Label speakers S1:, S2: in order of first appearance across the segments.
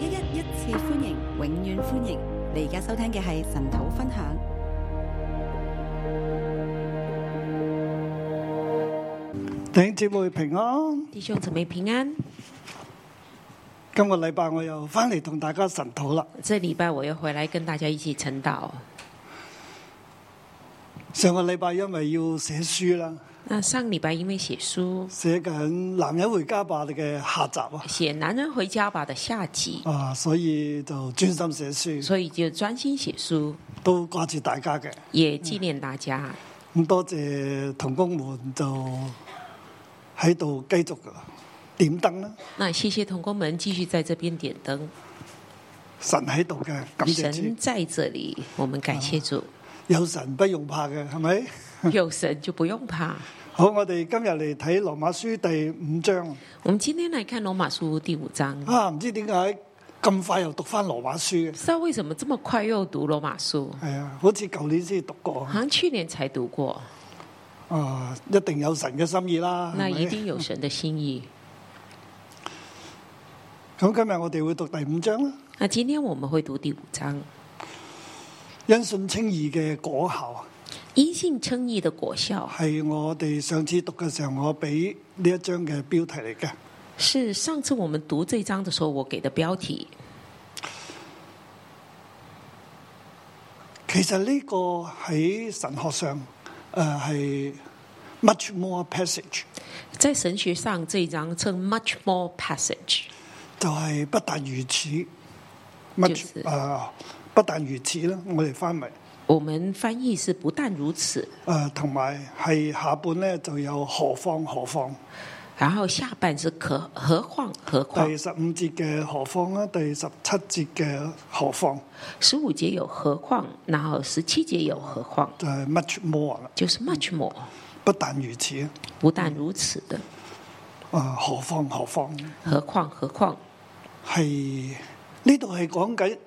S1: 一一一次歡迎，永遠歡迎！你而家收聽嘅係神土分享。
S2: 弟兄姊妹平安，
S3: 弟兄姊妹平安，
S2: 今個禮拜我又翻嚟同大家神討啦。
S3: 这礼拜我又回来跟大家一起晨祷。
S2: 上個禮拜因為要寫書啦，
S3: 那上禮拜因為寫書，
S2: 寫緊《男人回家吧》嘅下集啊，
S3: 寫《男人回家吧》的下集，
S2: 啊，所以就專心寫書，
S3: 所以就專心寫書，
S2: 都掛住大家嘅。
S3: 也紀念大家。
S2: 咁多謝同工們就喺度繼續點燈啦，
S3: 那謝謝同工們繼續在這邊點燈，
S2: 神喺度嘅，感謝
S3: 神
S2: 主，
S3: 在這裡，我們感謝主，
S2: 有神不用怕嘅，係咪？
S3: 有神就不用怕。
S2: 好，我哋今日嚟睇羅馬書第五章
S3: 我們今天來看羅馬書第五章，
S2: 啊，唔知點解咁快又讀翻羅馬書嘅
S3: 不。知道為什麼這麼快又讀羅馬書，
S2: 系啊，好似舊年先讀過，
S3: 好像去年才讀過，
S2: 啊，一定有神嘅心意啦。係
S3: 那
S2: 咪
S3: 一定有神的心意。
S2: 咁今日我哋會讀第五章啦，
S3: 那今天我們會讀第五章。
S2: 因信稱義嘅果效
S3: 因信稱義的果效
S2: 係我哋上次讀嘅時候，我俾呢一章嘅標題嚟嘅。
S3: 是上次我們讀這章的時候我給的標題。
S2: 其實呢個喺神學上，诶、係 much more passage，
S3: 在神學上，這一章稱 much more passage，
S2: 就係不但如此
S3: 就
S2: ，much
S3: 是
S2: 诶、不但如此啦，我哋翻嚟
S3: 我們翻譯是不但如此，
S2: 诶，同埋係下半咧就有何況何況。
S3: 然後下半是可何況何
S2: 第
S3: 況，
S2: 十五節嘅何況啦，第十七節嘅何況
S3: 十五節有何況，然後十七節有何況，
S2: 就係、much more 啦。
S3: 就是 much more，
S2: 不但如此，啊、
S3: 不但如此的
S2: 何況何況
S3: 何況何況。
S2: 係呢度係講緊，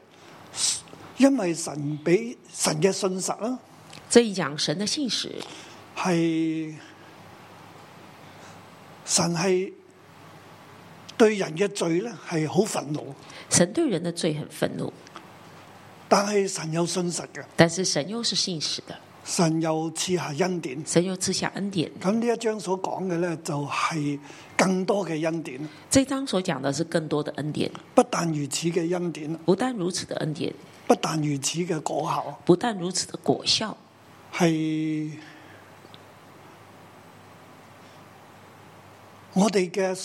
S2: 因為神俾神嘅信實啦，
S3: 這一講神的信實，
S2: 係神係對人嘅罪咧係好憤怒，
S3: 神對人的罪很憤怒，
S2: 但係神有信實嘅，
S3: 但是神又是信實的，
S2: 神又賜下恩典。
S3: 神又賜下恩典。
S2: 咁呢一章所講嘅咧就係更多嘅恩典。
S3: 这一章所讲的是更多的恩典，
S2: 不但如此嘅恩典，
S3: 不但如此的恩典，
S2: 不但如此嘅果效，
S3: 不但如此的果效，
S2: 係我哋嘅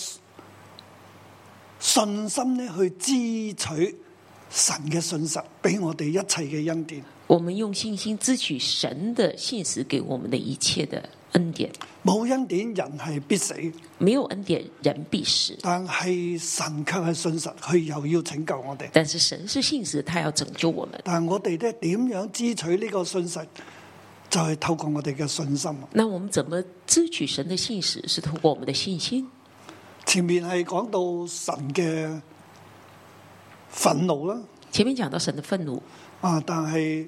S2: 信心咧去支取神嘅信實，俾我哋一切嘅恩典。
S3: 我们用信心支取神的信实给我们的一切的恩典。
S2: 冇恩典，人係必死，
S3: 没有恩典，人必死；
S2: 但係神卻係信實，佢又要拯救我哋。
S3: 但是神是信实，他要拯救我们。
S2: 但我哋咧點樣支取呢個信實，就係透過我哋嘅信心。
S3: 那我们怎么支取神的信实？是通过我们的信心。
S2: 前面係講到神嘅憤怒啦，
S3: 前面讲到神的愤怒，
S2: 啊，但係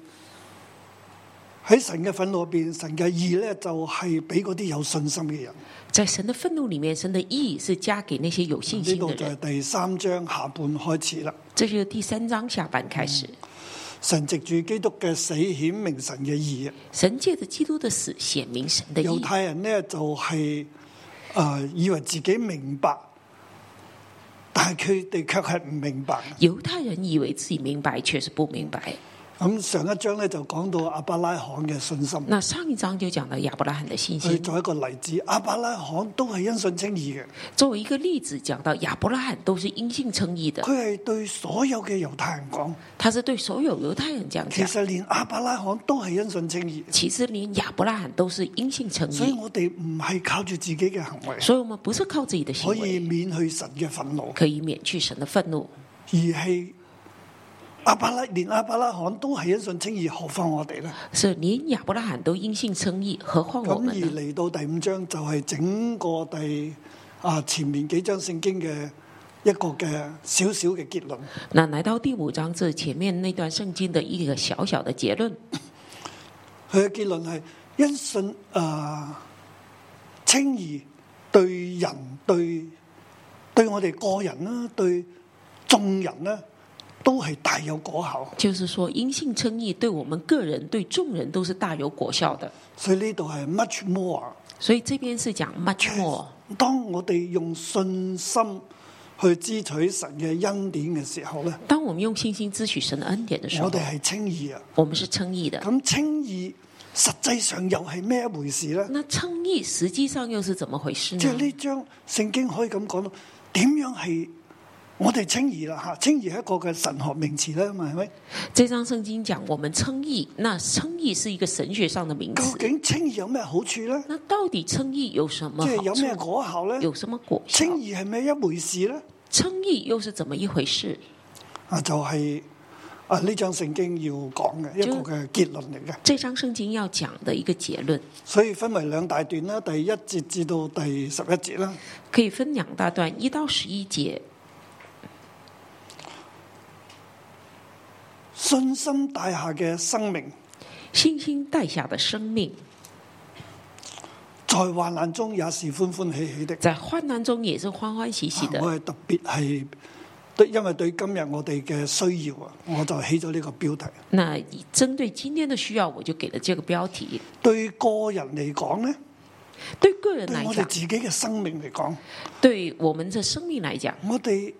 S2: 喺神嘅憤怒入边，神嘅義咧就係俾嗰啲有信心嘅人。
S3: 在神的愤怒里面，神的意是加给那些有信
S2: 呢
S3: 心
S2: 度
S3: 的
S2: 就係
S3: 人。
S2: 第三章下半開始啦。
S3: 这就是第三章下半开始，
S2: 神藉住基督嘅死顯明神嘅義啊。
S3: 神借着基督的死显明神的
S2: 猶
S3: 意。
S2: 太人咧就係呃以為自己明白，但係佢哋卻係唔明白。
S3: 犹太人以为自己明白，却是不明白。
S2: 咁上一章咧就講到阿伯拉罕嘅信心。
S3: 那上一章就讲到亚伯拉罕的信
S2: 去
S3: 心，
S2: 做一個例子，阿伯拉罕都係因信稱義嘅，
S3: 作为一个例子，讲到亚伯拉罕都是因信称义的，
S2: 佢係對所有嘅猶太人講，
S3: 他是对所有犹太人这样
S2: 其
S3: 讲。
S2: 實連阿伯拉罕都係因信稱義，
S3: 其实连亚伯拉罕都是因信称
S2: 所以
S3: 义，
S2: 我哋唔係靠住自己嘅行為
S3: 所以我们不是靠自己的行
S2: 可以
S3: 为
S2: 免去神嘅憤怒，
S3: 可以免去神的愤怒，
S2: 而係阿伯拉連阿伯拉罕都係因信稱義，何況我哋呢？
S3: 是连亚伯拉罕都因信称义，何况
S2: 咁
S3: 我
S2: 而
S3: 们呢？
S2: 嚟到第五章就係整個第啊前面幾章聖經嘅一個嘅小小嘅結論。
S3: 那来到第五章，这前面那段圣经的一个小小的结论，
S2: 佢嘅結論係因信啊、清稱義對人對對我哋個人啦，對眾人啦，都係大有果效。
S3: 就是说因信称义对我们个人、对众人都是大有果效的。
S2: 所以呢度係 much more。
S3: 所以这边是讲 much more。
S2: 當我哋用信心去支取神嘅恩典嘅時候咧，
S3: 当我们用信心支取神的恩典的时候
S2: 我，哋係稱義啊。
S3: 我们是称义的。
S2: 咁稱義實際上又係咩一回事咧？
S3: 那称义实际上又是怎么回事
S2: 即係
S3: 呢？
S2: 呢章聖經可以咁講到，點樣係我哋稱義啦？吓，稱義係一個嘅神學名詞啦嘛，係咪？
S3: 这张圣经讲我们称义，那称义是一个神学上的名
S2: 究
S3: 词。
S2: 竟稱義有咩好處咧？
S3: 那到底称义有什么
S2: 即係
S3: 好
S2: 有咩
S3: 处？
S2: 果效咧？
S3: 啊有什么果效？
S2: 稱義係咩一回事咧？
S3: 称义又是怎么一回事？
S2: 啊，就係啊呢章聖經要講嘅一個嘅結論嚟嘅，
S3: 这张圣经要讲的一个结论，
S2: 所以分為兩大段啦，第一節至到第十一節啦。
S3: 可以分两大段，一到十一节。
S2: 信心大廈嘅生命
S3: 信心带下的生命，
S2: 在患難中也是歡歡喜喜的。
S3: 在患难中也是欢欢喜喜
S2: 啊我
S3: 的。
S2: 係特別係對，因為對今日我哋嘅需要啊，我就起咗呢個標題。
S3: 那以针对今天的需要，我就给了这个标题。
S2: 對個人嚟講呢，
S3: 对个人
S2: 對
S3: 来
S2: 我哋
S3: 讲，
S2: 自己嘅生命嚟講，
S3: 对我们的生命来讲，
S2: 我哋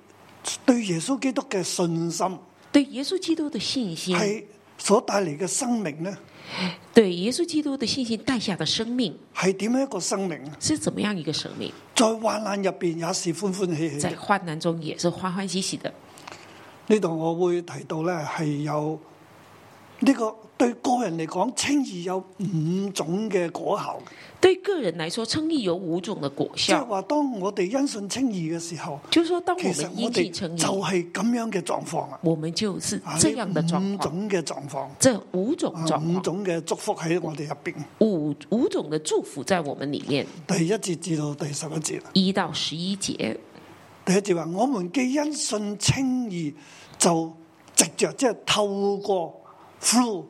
S2: 對耶穌基督嘅信心
S3: 对耶稣基督的信心，
S2: 係所帶嚟嘅生命呢，
S3: 对耶稣基督的信心带下的生命
S2: 係點樣一個生命啊？
S3: 是怎么样一个生命？
S2: 在患難入边也是歡歡喜喜
S3: 在
S2: 嘅。
S3: 患难中也是欢欢喜喜的。
S2: 呢度我會提到呢，係有呢、個對個人嚟講，清義有五種嘅果效。
S3: 对个人来说，称义有五种的果
S2: 即係
S3: 效，
S2: 話，當我哋因信清義嘅時候，
S3: 就是说，当我
S2: 其實
S3: 们
S2: 我
S3: 因
S2: 哋
S3: 信
S2: 就
S3: 称义，
S2: 係咁樣嘅狀況啦。
S3: 我们就是
S2: 啊
S3: 这样的
S2: 呢
S3: 状
S2: 五
S3: 况，
S2: 種嘅狀況，
S3: 这五种
S2: 啊
S3: 状
S2: 五
S3: 况，
S2: 種嘅祝福喺我哋入邊。
S3: 五五种的祝福在我们里面。
S2: 第一節至到第十一節啦。
S3: 一到十一节，
S2: 第一節話：我們既因信清義，就藉着即係透過 through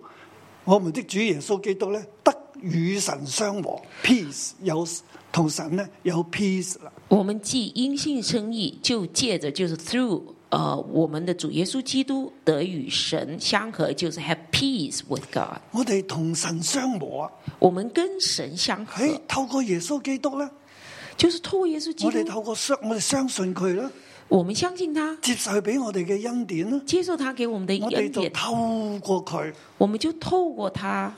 S2: 我們的主耶穌基督咧，得與神相和 peace 有同神咧有 peace 啦。
S3: 我们既因信称义，就借着就是 through 呃我们的主耶稣基督得与神相合，就是 have peace with God。
S2: 我哋同神相和啊！
S3: 我们跟神相
S2: 喺
S3: 合，
S2: 透過耶穌基督咧，
S3: 就是啊透过耶稣基
S2: 我哋
S3: 督，
S2: 透過相我哋相信佢啦。
S3: 我们相信他，
S2: 接受佢俾我哋嘅恩典啦，
S3: 接受他给我们的
S2: 我哋
S3: 恩
S2: 就
S3: 典，
S2: 透過佢
S3: 我们就透过他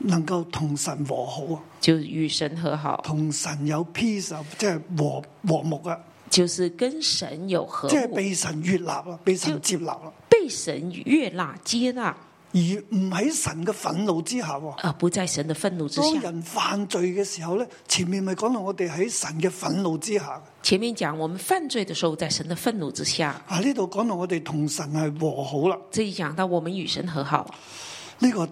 S2: 能夠同神和好啊，
S3: 就与神和好，
S2: 同神有 peace 啊，即係和和睦啊，
S3: 就是跟神有和
S2: 即係
S3: 睦，
S2: 被神悦納啊，被神接納啦，
S3: 被神悦纳接纳，
S2: 而唔喺神嘅憤怒之下喎。
S3: 而不在神的愤怒之
S2: 當
S3: 下。
S2: 人犯罪嘅時候咧，前面咪講到我哋喺神嘅憤怒之下
S3: 前面讲我们犯罪的时候，在神的愤怒之下，
S2: 啊，呢度講到我哋同神係和好啦，
S3: 这里讲到我们与神和好，
S2: 呢、個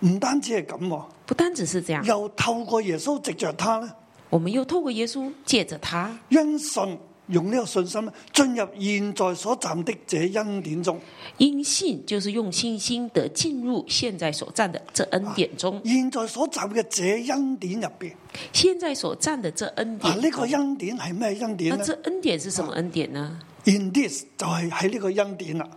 S2: 唔單止係咁喎，
S3: 不单只是这样，
S2: 又透過耶穌藉着他咧，
S3: 我们又透过耶稣，借着他，
S2: 因信用呢個信心咧，進入現在所站的這恩典中。
S3: 因信就是用信心得进入现在所站的这恩典中，
S2: 現在所站嘅這恩典入边，
S3: 现在所站的这
S2: 嗱
S3: 恩典
S2: 啊呢
S3: 中。
S2: 個恩典係咩恩典呢
S3: 那啊
S2: 啊
S3: 这恩典是什么恩典呢
S2: i n this 就係喺呢個恩典啦，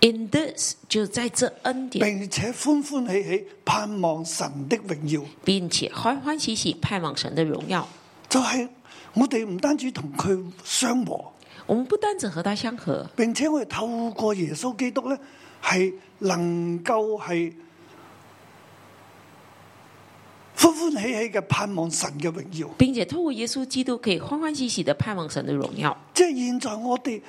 S3: ？In this 就是在这恩典，
S2: 並且歡歡喜喜盼望神的榮耀，
S3: 并且欢欢喜喜盼望神的荣耀。
S2: 就係我哋唔單止同佢相和，
S3: 我们不单只和他相合，
S2: 並且我哋透過耶穌基督咧，係能夠係歡歡喜喜嘅盼望神嘅榮耀。
S3: 并且透过耶稣基督可以欢欢喜喜的盼望神的荣耀。
S2: 即係現在我哋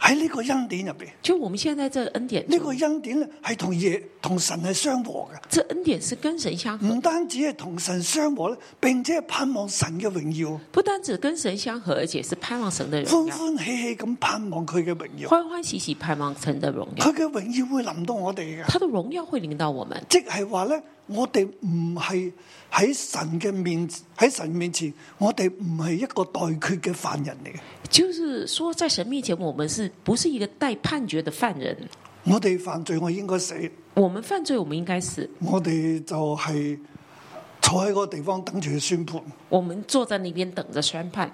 S2: 喺呢個恩典入边，
S3: 就我们现在这恩典
S2: 呢、個
S3: 中，
S2: 恩典咧係同耶同神係相和嘅。
S3: 这恩典是跟神相合，
S2: 唔單止係同神相和咧，並且係盼望神嘅榮耀，
S3: 不单只跟神相合，而且是盼望神的荣
S2: 歡
S3: 耀，
S2: 歡喜喜咁盼望佢嘅榮耀。
S3: 欢欢喜喜盼望神的荣耀
S2: 佢。嘅榮耀會臨到我哋嘅，
S3: 他的荣耀会领到我们，
S2: 即係話咧，我哋唔係喺神嘅面喺神面前，我哋唔係一個待決嘅犯人嚟嘅。
S3: 就是说，在神面前，我们是不是一个待判决的犯人？
S2: 我哋犯罪，我應該死，
S3: 我们犯罪，我们应该死，
S2: 我哋就係坐喺嗰個地方等住佢宣判。
S3: 我们坐在那边等着宣判。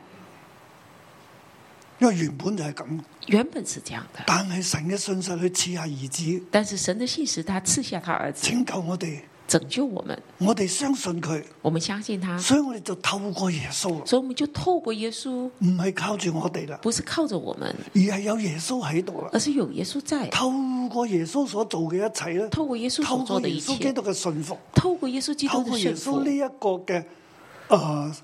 S2: 因為原本就係咁。
S3: 原本是这样的，
S2: 但係神嘅信實去賜下兒子，
S3: 但是神的信实，他赐下他儿子
S2: 拯救我哋，
S3: 拯救我们，
S2: 我哋相信佢，
S3: 我们相信他，
S2: 所以我哋就透過耶穌啦，
S3: 所以我们就透过耶稣，
S2: 唔係靠住我哋啦，
S3: 不是靠着我们，
S2: 而係有耶穌喺度啦。
S3: 而是有耶稣在，
S2: 透過耶穌所做嘅一切咧，
S3: 透过耶稣
S2: 透
S3: 所
S2: 過
S3: 做的
S2: 耶
S3: 一
S2: 穌基
S3: 切，
S2: 督嘅信服，
S3: 透过耶稣基督
S2: 透
S3: 的
S2: 過耶
S3: 顺服
S2: 穌呢，一個嘅诶、呃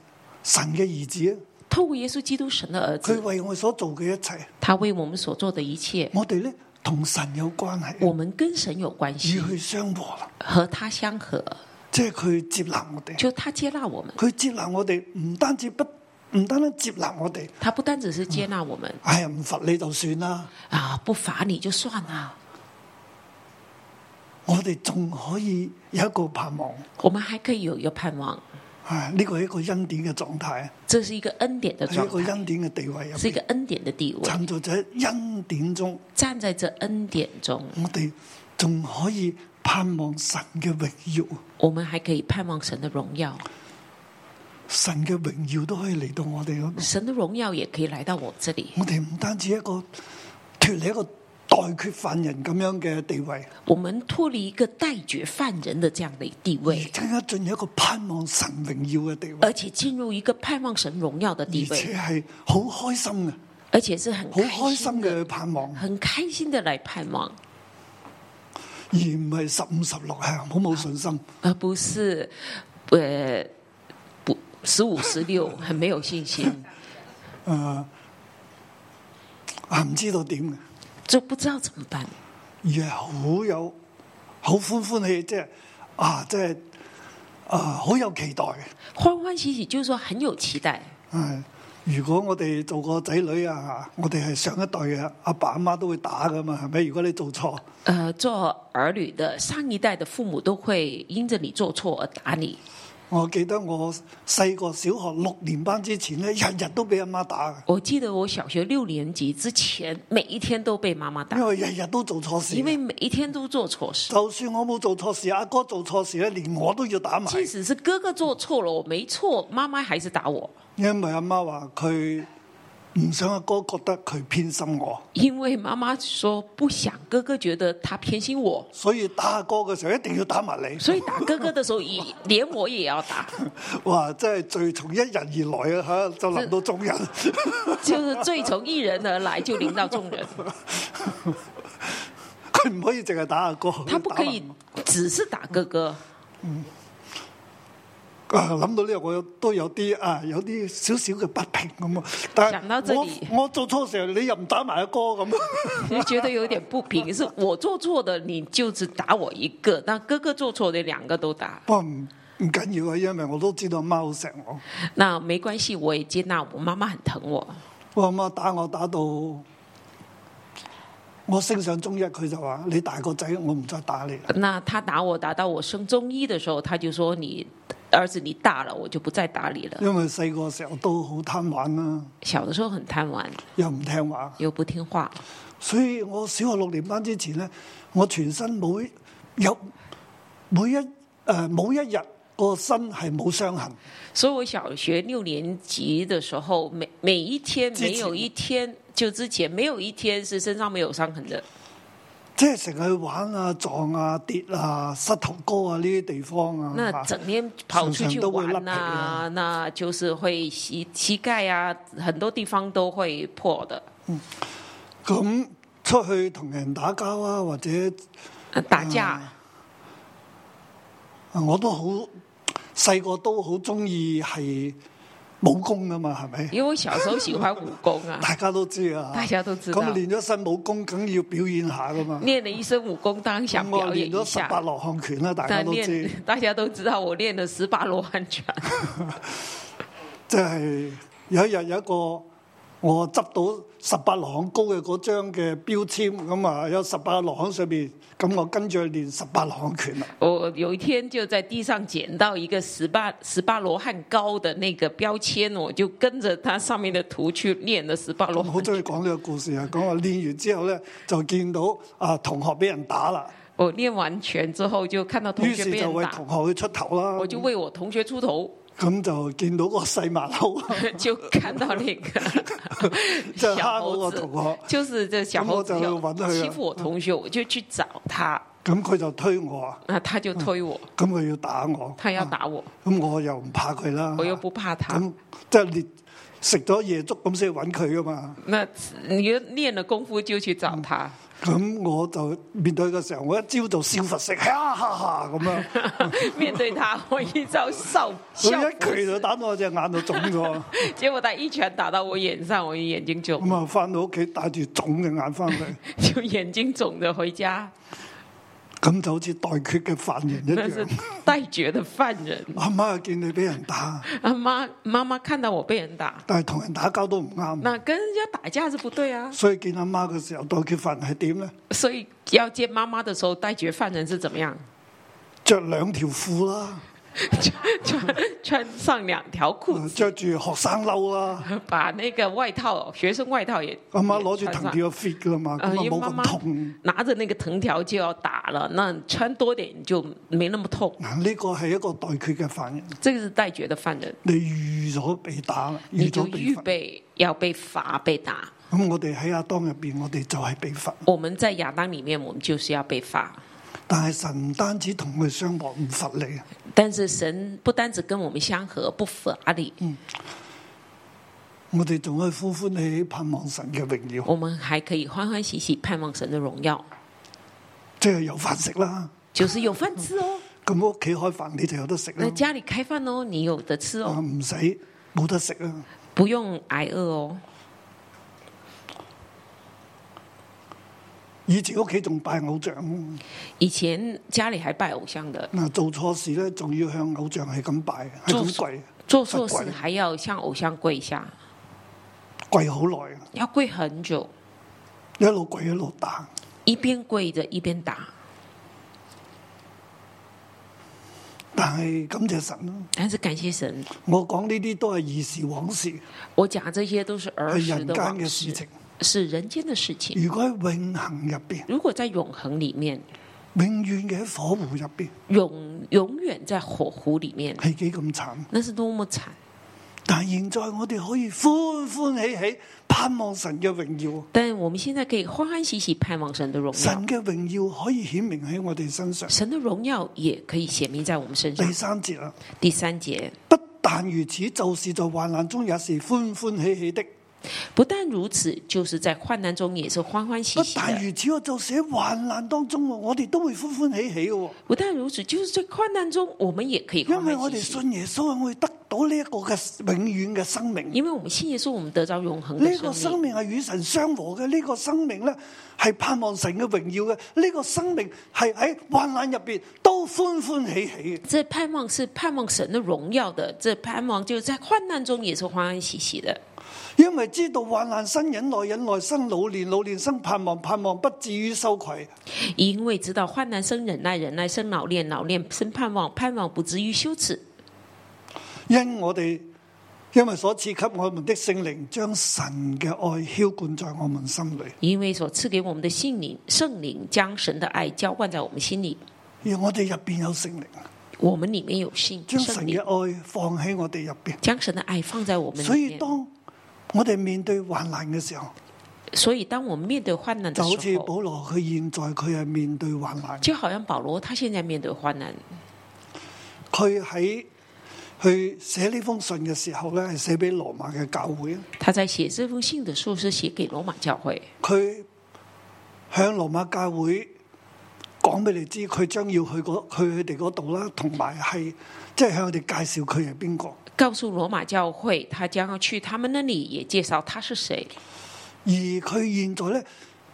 S2: 神嘅兒子，啊
S3: 透过耶稣基督神的儿
S2: 佢
S3: 子，
S2: 為我哋所做嘅一切，
S3: 他为我们所做的一切，
S2: 我哋咧同神有關
S3: 我
S2: 係，
S3: 们跟神有关系
S2: 與，佢相和啦，
S3: 和他相合，
S2: 即係佢接納我哋。
S3: 就他接纳我们，
S2: 佢接納我哋，唔單止不唔單單接納我哋，
S3: 他不单只是接纳我们
S2: 哎呀唔罰你就算啦，
S3: 啊，不罚你就算了，
S2: 我哋仲可以有一個盼望，
S3: 我们还可以有一个盼望，
S2: 啊呢個係一個恩典嘅狀態，啊
S3: 这是一个恩典的
S2: 係
S3: 状
S2: 哎一個
S3: 态，
S2: 恩典嘅地位入
S3: 是一个
S2: 邊，
S3: 恩典的地位。
S2: 站在喺恩典中，
S3: 站在这恩典中，
S2: 我哋仲可以盼望神嘅榮耀，
S3: 我们还可以盼望神的荣耀，
S2: 神嘅榮耀都可以嚟到我哋嗰度。
S3: 神的荣耀也可以来到我这里。
S2: 我哋唔單止一個脱離一個代缺犯人咁樣嘅地位，
S3: 我们脱离一个待决犯人的这样的地
S2: 而
S3: 位，
S2: 更加進入一個盼望神榮耀嘅地位。
S3: 而且进入一个盼望神荣耀的
S2: 而
S3: 地
S2: 且
S3: 位，
S2: 係好開心嘅，
S3: 而且是很
S2: 好
S3: 开
S2: 開
S3: 心
S2: 心
S3: 的
S2: 嘅，盼望，
S3: 很开心的来盼望，
S2: 而唔係十五十六係好冇信心。
S3: 而不是呃不十五十六很没有信心，
S2: 诶、啊唔知道點嘅，
S3: 就不知道怎么办，
S2: 而係好有好歡歡喜，即係啊，即係啊，好有期待嘅。
S3: 欢欢喜喜，就是说很有期待。
S2: 啊如果我哋做個仔女啊，我哋係上一代嘅阿爸阿媽都會打噶嘛，係咪？如果你做錯，
S3: 呃，做儿女的上一代的父母都会因着你做错而打你。
S2: 我記得我細個小學六年班之前咧，日日都俾阿媽打嘅，
S3: 我记得我小学六年级之前，每一天都被妈妈打
S2: 因，為日日都做錯事
S3: 因。为每一天都做错事。
S2: 就算我冇做錯事，阿哥做錯事咧，連我都要打埋，
S3: 即使是哥哥做错了，我没错，妈妈还是打我，
S2: 因為阿媽話佢唔想阿哥覺得佢偏心我，
S3: 因为妈妈说不想哥哥觉得他偏心我，
S2: 所以打阿哥嘅時候一定要打埋你。
S3: 所以打 哥哥的时候也连我也要打，
S2: 哇！真係罪從一人而來啊吓，就臨到眾 人。
S3: 就是罪从一人而来，就临到众人。
S2: 佢唔可以淨係打阿哥，
S3: 他不可以
S2: 打埋
S3: 只是打哥哥。
S2: 我啊！諗到呢度，我有都有啲啊，有啲少少嘅不平咁啊。但
S3: 想到
S2: 係
S3: 這
S2: 我
S3: 裡
S2: 我做錯時候，你又唔打埋阿哥咁。啊
S3: 就觉得有点不平，是我做错的，你就只打我一个；那哥哥做错的，两个都打。
S2: 不過唔唔緊要啊，因為我都知道阿媽好錫我。
S3: 那没关系，我也接纳我妈妈很疼我。
S2: 我阿媽打我打到我升上中一，佢就話：你大個仔，我唔再打你啦。
S3: 那他打我打到我升中医的时候，他就说：“你儿子你大了，我就不再打你了。
S2: 因為細個時候都好貪玩啦，”
S3: 小的时候很贪玩，
S2: 又唔聽話，
S3: 又不听话，
S2: 所以我小學六年班之前咧，我全身冇一有每一誒冇、一日個身係冇傷痕，
S3: 所以我小学六年级的时候，每每一天
S2: 之前
S3: 没有一天就之前没有一天是身上没有伤痕的，
S2: 即係成日去玩啊、撞啊、跌啊、膝頭哥啊呢啲地方啊。
S3: 那
S2: 啊
S3: 整天跑出去玩
S2: 常常都会
S3: 呐、
S2: 拉皮啊
S3: 那就是会膝膝盖啊，很多地方都会破的。
S2: 咁出去同人打交啊，或者
S3: 呃打架，
S2: 嗯啊我都好細個都好中意係武功噶嘛，係咪？
S3: 因为我小时候喜欢武功 啊，
S2: 大家都知啊，
S3: 嗯大家都知道
S2: 咁練咗身武功，梗要表演下噶嘛。
S3: 练了一身武功，当然想
S2: 咁我
S3: 表
S2: 練
S3: 演
S2: 咗
S3: 一
S2: 十八
S3: 下。
S2: 羅漢拳啦，大家
S3: 但
S2: 都知
S3: 练，大家都知道我练了十八罗汉拳，
S2: 即係有一日有一個我執到十八羅漢高嘅嗰張嘅標籤，咁啊有十八羅漢上邊，咁我跟住去練十八羅漢拳啦。
S3: 我有一天就在地上捡到一个十八十八罗汉高的那个标签，我就跟着它上面的图去练了十八罗
S2: 我
S3: 汉
S2: 哦好中意講呢個故事啊，講話練完之後咧就見到啊同學俾人打啦，
S3: 我练完拳之后，就看到同
S2: 於
S3: 学
S2: 是
S3: 被
S2: 就
S3: 人
S2: 為
S3: 打，
S2: 同學去出頭啦
S3: 我。就为我同学出头。
S2: 咁就見到個細麻佬，
S3: 就看到那个
S2: 就蝦
S3: 小
S2: 我
S3: 猴
S2: 個同
S3: 子，
S2: 學，
S3: 就是这小
S2: 咁我
S3: 猴子
S2: 就
S3: 要
S2: 揾佢啊
S3: 欺负我同学，我就去找他，
S2: 咁佢就推我啊，
S3: 那他就推我，
S2: 咁佢要打我，
S3: 他要
S2: 啊，
S3: 打我，
S2: 咁我又唔怕佢啦，
S3: 我又不怕他。
S2: 咁即係列食咗夜粥咁先揾佢噶嘛，
S3: 那你就练了功夫就去找他，
S2: 咁我就面對嘅時候，我一朝就笑佛食，哈哈哈咁樣，
S3: 面对他，我一招笑笑
S2: 佢一
S3: 不
S2: 拳就
S3: 死，
S2: 打到我隻眼度腫咗，
S3: 结果他一拳打到我眼上，我眼睛肿，
S2: 咁啊翻到屋企帶住腫嘅眼翻去，
S3: 就眼睛肿着回家。
S2: 咁就好似待決嘅犯人一
S3: 那是
S2: 樣。
S3: 待决的犯人。
S2: 阿媽見你俾人打，
S3: 啊妈妈妈看到我被人打，
S2: 但係同人打交都唔啱，
S3: 那跟人家打架是不对啊。
S2: 所以見阿媽嘅時候，待決犯人係點咧？
S3: 所以要见妈妈的时候，待决犯人是怎么样？
S2: 着兩條褲啦，
S3: 穿穿上两条裤子，
S2: 着住學生褸啦，
S3: 把那个外套、学生外套也
S2: 阿媽
S3: 也
S2: 攞住
S3: 穿
S2: 藤
S3: 上
S2: 條就 fit 噶啦嘛，咁
S3: 呃，
S2: 啊
S3: 因为
S2: 冇
S3: 妈妈
S2: 咁痛。
S3: 拿着那个藤条就要打了，那穿多点就没那么痛。
S2: 嗱，呢個係一個待決嘅犯人，
S3: 这个是待决的犯人，
S2: 你預咗被打啦，
S3: 你
S2: 預
S3: 就
S2: 咗被
S3: 预
S2: 罰。
S3: 备要被罚被打。
S2: 咁我哋喺阿當入邊，我哋就係被罰。
S3: 我们在亚当里面，我们就是要被罚。
S2: 但係神唔單止同佢相搏，唔罰你，啊
S3: 但是神不单只跟我们相合，不罚你，
S2: 我哋仲可以歡歡喜喜盼望神嘅榮耀，
S3: 我们还可以欢欢喜喜盼望神的荣耀，
S2: 即係有飯食啦。
S3: 就是有饭吃哦。
S2: 咁屋企開飯你就有得食啦
S3: 那，家里开饭哦，你有的吃
S2: 啊
S3: 哦，
S2: 唔使冇得食啊。
S3: 不用挨饿哦。
S2: 以前屋企仲拜偶像，
S3: 以前家里还拜偶像的，
S2: 嗱做錯事咧，仲要向偶像係咁拜，啊係
S3: 做
S2: 咁跪，
S3: 做错
S2: 太怪
S3: 事
S2: 了
S3: 还要向偶像跪下，
S2: 跪好耐，啊
S3: 要跪很久。
S2: 一路跪一路打。
S3: 一边跪着一边打。
S2: 但係感謝神啦，
S3: 但是感谢神，
S2: 我講呢啲都係兒時往事，
S3: 我讲这些都是儿
S2: 係
S3: 时
S2: 人
S3: 的
S2: 間
S3: 往
S2: 嘅事
S3: 事，
S2: 情。
S3: 是人间的事情。
S2: 如果喺永恒入邊，
S3: 如果在永恒里面，
S2: 永遠嘅喺火湖入邊，
S3: 永永远在火湖里面，
S2: 係幾咁慘。
S3: 那是多么惨。
S2: 但係現在我哋可以歡歡喜喜盼望神嘅榮耀，
S3: 但我们现在可以欢欢喜喜盼望神的荣耀
S2: 神，嘅榮耀可以顯明喺我哋身上。
S3: 神的荣耀也可以显明在我们身上
S2: 第。三節啦。
S3: 第三节，
S2: 不但如此，就是在患难中也是歡歡喜喜的。
S3: 不但如此，就是在患难中也是欢欢喜
S2: 不
S3: 喜
S2: 但
S3: 的。
S2: 如此，我就寫患難當中，我哋都會歡歡喜喜嘅喎，
S3: 不但如此，就是在患难中我们也可以欢
S2: 因為我
S3: 欢
S2: 哋
S3: 喜喜。
S2: 信耶穌，我哋得到呢一個嘅永遠嘅生命。
S3: 因为我们信耶稣，我们得着永恒
S2: 呢
S3: 的
S2: 個
S3: 生
S2: 生命
S3: 命。
S2: 係與神相和嘅，呢、個生命咧係盼望神嘅榮耀嘅，呢、個生命係喺患難入邊都歡歡喜喜嘅。
S3: 这盼望是盼望神的荣耀的，这盼望就是在患难中也是欢欢喜喜的，
S2: 因為知道患難生忍耐，忍耐生老練，老練生盼望，盼望不至於羞愧。
S3: 因为知道患难生忍耐，忍耐生老练，老练生盼望，盼望不至于羞耻。
S2: 因我哋因為所賜給我們的聖靈，將神嘅愛澆灌在我們心裏。
S3: 因为所赐给我们的信灵圣灵，将神的爱浇灌在我们心里，
S2: 而我哋入邊有聖靈，
S3: 我们里面有信
S2: 將
S3: 圣
S2: 神嘅
S3: 灵，
S2: 愛放喺我哋入邊。
S3: 将神的爱放在我们
S2: 所
S3: 里
S2: 以
S3: 面。
S2: 當我哋面對患難嘅時候，
S3: 所以，当我们面对患难
S2: 就
S3: 的
S2: 好
S3: 时
S2: 似
S3: 候，
S2: 保羅佢現在佢係面對患難，
S3: 就好像保罗他现在面对患难，
S2: 佢喺去寫呢封信嘅時候咧，係寫俾羅馬嘅教會。
S3: 他在写这封信的时候是写给罗马教会，
S2: 佢向羅馬教會講俾你知，佢將要去嗰去佢哋嗰度啦，同埋係即係向佢哋介紹佢係邊個。
S3: 告诉罗马教会，他将要去他们那里，也介绍他是谁。
S2: 而佢現在咧，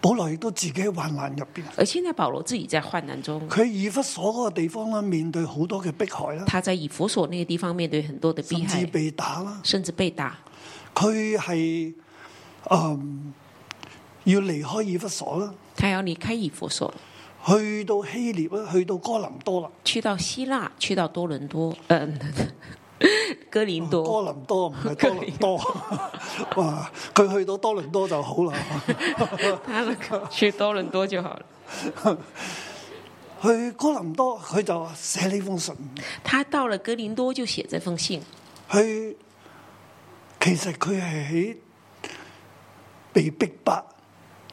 S2: 保羅亦都自己喺患難入邊。
S3: 而现在保罗自己在患难中，
S2: 佢喺以弗所嗰個地方啦，面對好多嘅迫害啦，
S3: 他在以弗所那个地方面对很多的逼
S2: 甚至
S3: 害，
S2: 被打啦。
S3: 甚至被打。
S2: 佢係嗯要離開以弗所啦，
S3: 他要离开以弗所，
S2: 去到希臘啦，去到哥林多啦，
S3: 去到希腊，去到多伦多，嗯、 哥林多，
S2: 哥林多唔係多倫多。 哇！佢去到多倫多就好啦。
S3: 他那个去多伦多就好了。
S2: 去哥林多，佢就寫呢封信。
S3: 他到了哥林多就写这封信，
S2: 佢其實佢係喺被逼迫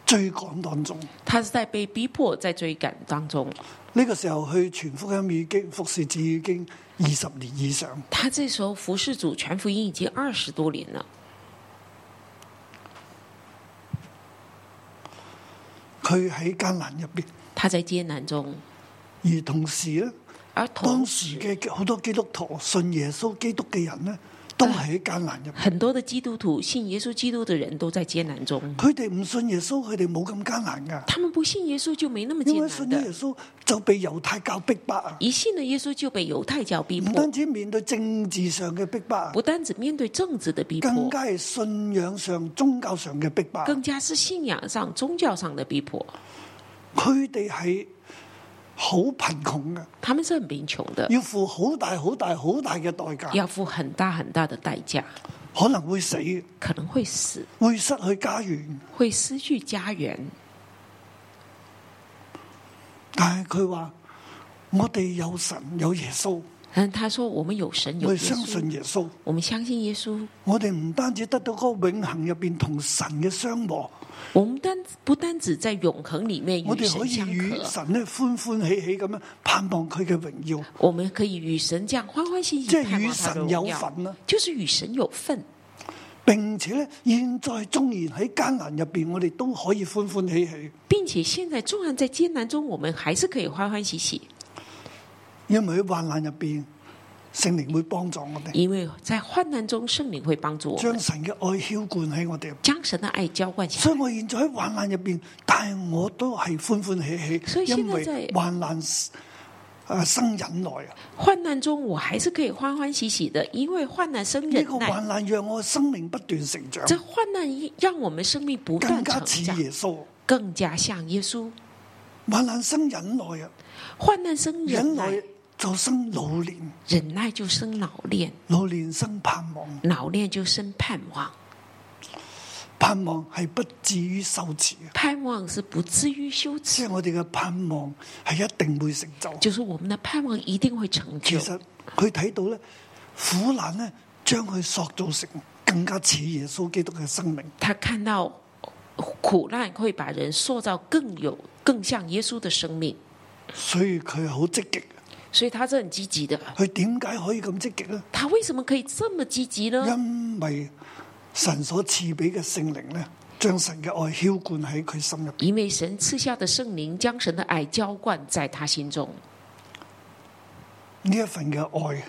S2: 追趕當中，呢、
S3: 他是在被逼迫在追赶当中，
S2: 個時候去傳福音已經服侍至已經二十年以上，
S3: 他这时候服侍主传福音已经二十多年了，
S2: 佢喺艱難入邊，
S3: 他在艰难中，
S2: 而同時咧，
S3: 而
S2: 當
S3: 同
S2: 時
S3: 时
S2: 嘅好多基督徒信耶穌基督嘅人呢，都係喺艱難入邊。
S3: 很多的基督徒信耶稣基督的人都在艰难中，
S2: 佢哋唔信耶穌，佢哋冇咁艱難噶。
S3: 他们不信耶稣就没那么艰
S2: 因為信
S3: 难
S2: 咗耶
S3: 的，
S2: 穌就被猶太教逼迫啊！
S3: 一信了耶稣就被犹太教逼
S2: 唔
S3: 迫
S2: 單，止面對政治上嘅逼迫啊，
S3: 不单只面对政治的逼
S2: 更
S3: 迫，
S2: 加係信仰上、宗教上嘅逼迫啊。
S3: 更加是信仰上、宗教上的逼迫，
S2: 佢哋係好貧窮嘅，
S3: 他们是很贫穷的，
S2: 要付好大、好大、好大嘅代價，
S3: 要付很大很大的代价，
S2: 可能會死，
S3: 可能会死，
S2: 會失去家園。
S3: 会失去家园。
S2: 但係佢話：我哋有神，有耶穌，
S3: 但嗯他说：“我们有神，有
S2: 我
S3: 耶
S2: 哋相信
S3: 稣，
S2: 耶穌。
S3: 我们相信耶稣。
S2: 我哋唔單止得到嗰個永恆入邊同神嘅相和，
S3: 我们单不单只在永恒里面
S2: 我
S3: 与
S2: 哋可
S3: 神
S2: 以
S3: 相
S2: 與
S3: 合，
S2: 神咧歡歡喜喜咁樣盼望佢嘅榮耀。
S3: 我们可以与神这样欢欢喜
S2: 即
S3: 喜
S2: 係
S3: 盼
S2: 與
S3: 望他的
S2: 神
S3: 荣
S2: 有
S3: 耀
S2: 份啦
S3: 就是与神有份。
S2: 並且咧，現在縱然喺艱難入邊，我哋都可以歡歡喜喜，
S3: 并且现在纵然在艰难中，我们还是可以欢欢喜喜，
S2: 因為喺患難入邊，聖靈會幫助我哋，
S3: 因为在患难中圣灵会帮助我
S2: 將
S3: 们，
S2: 神嘅愛澆灌喺我哋。
S3: 将神的爱浇灌下
S2: 所以
S3: 来。
S2: 我現在喺患難入邊，但係我都係歡歡
S3: 所
S2: 喜喜，
S3: 以現在
S2: 因為
S3: 在
S2: 患難誒生忍耐啊！
S3: 患难中我还是可以欢欢喜喜的，因为患难生
S2: 呢
S3: 忍
S2: 個
S3: 耐。
S2: 患難讓我生命不斷成長，
S3: 这患难让我们生命不
S2: 更
S3: 断
S2: 加
S3: 成
S2: 似
S3: 长，
S2: 耶穌。
S3: 更加像耶稣。
S2: 患難生忍耐啊，
S3: 患难生
S2: 忍
S3: 忍
S2: 耐
S3: 耐，
S2: 就生老練，
S3: 忍耐就生老练，
S2: 老練生盼望，
S3: 老练就生盼望，
S2: 盼望係不至於羞恥嘅。
S3: 盼望是不至于羞
S2: 即
S3: 耻
S2: 係，我哋嘅盼望係一定會成就。啊
S3: 就是我们的盼望一定会成
S2: 其
S3: 就。
S2: 實佢睇到咧，苦難咧將佢塑造成更加似耶穌基督嘅生命。
S3: 他看到苦难会把人塑造更有、更像耶稣的生命，
S2: 所以佢好積極。啊
S3: 所以他是很积极的。
S2: 佢點解可以咁積極呢？
S3: 他为什么可以这么积极
S2: 啊
S3: 呢？
S2: 因為神所賜俾嘅聖靈咧，將神嘅愛澆灌喺佢心入邊。
S3: 因为神赐下的圣灵将神的爱浇灌在他心中，
S2: 呢一份嘅愛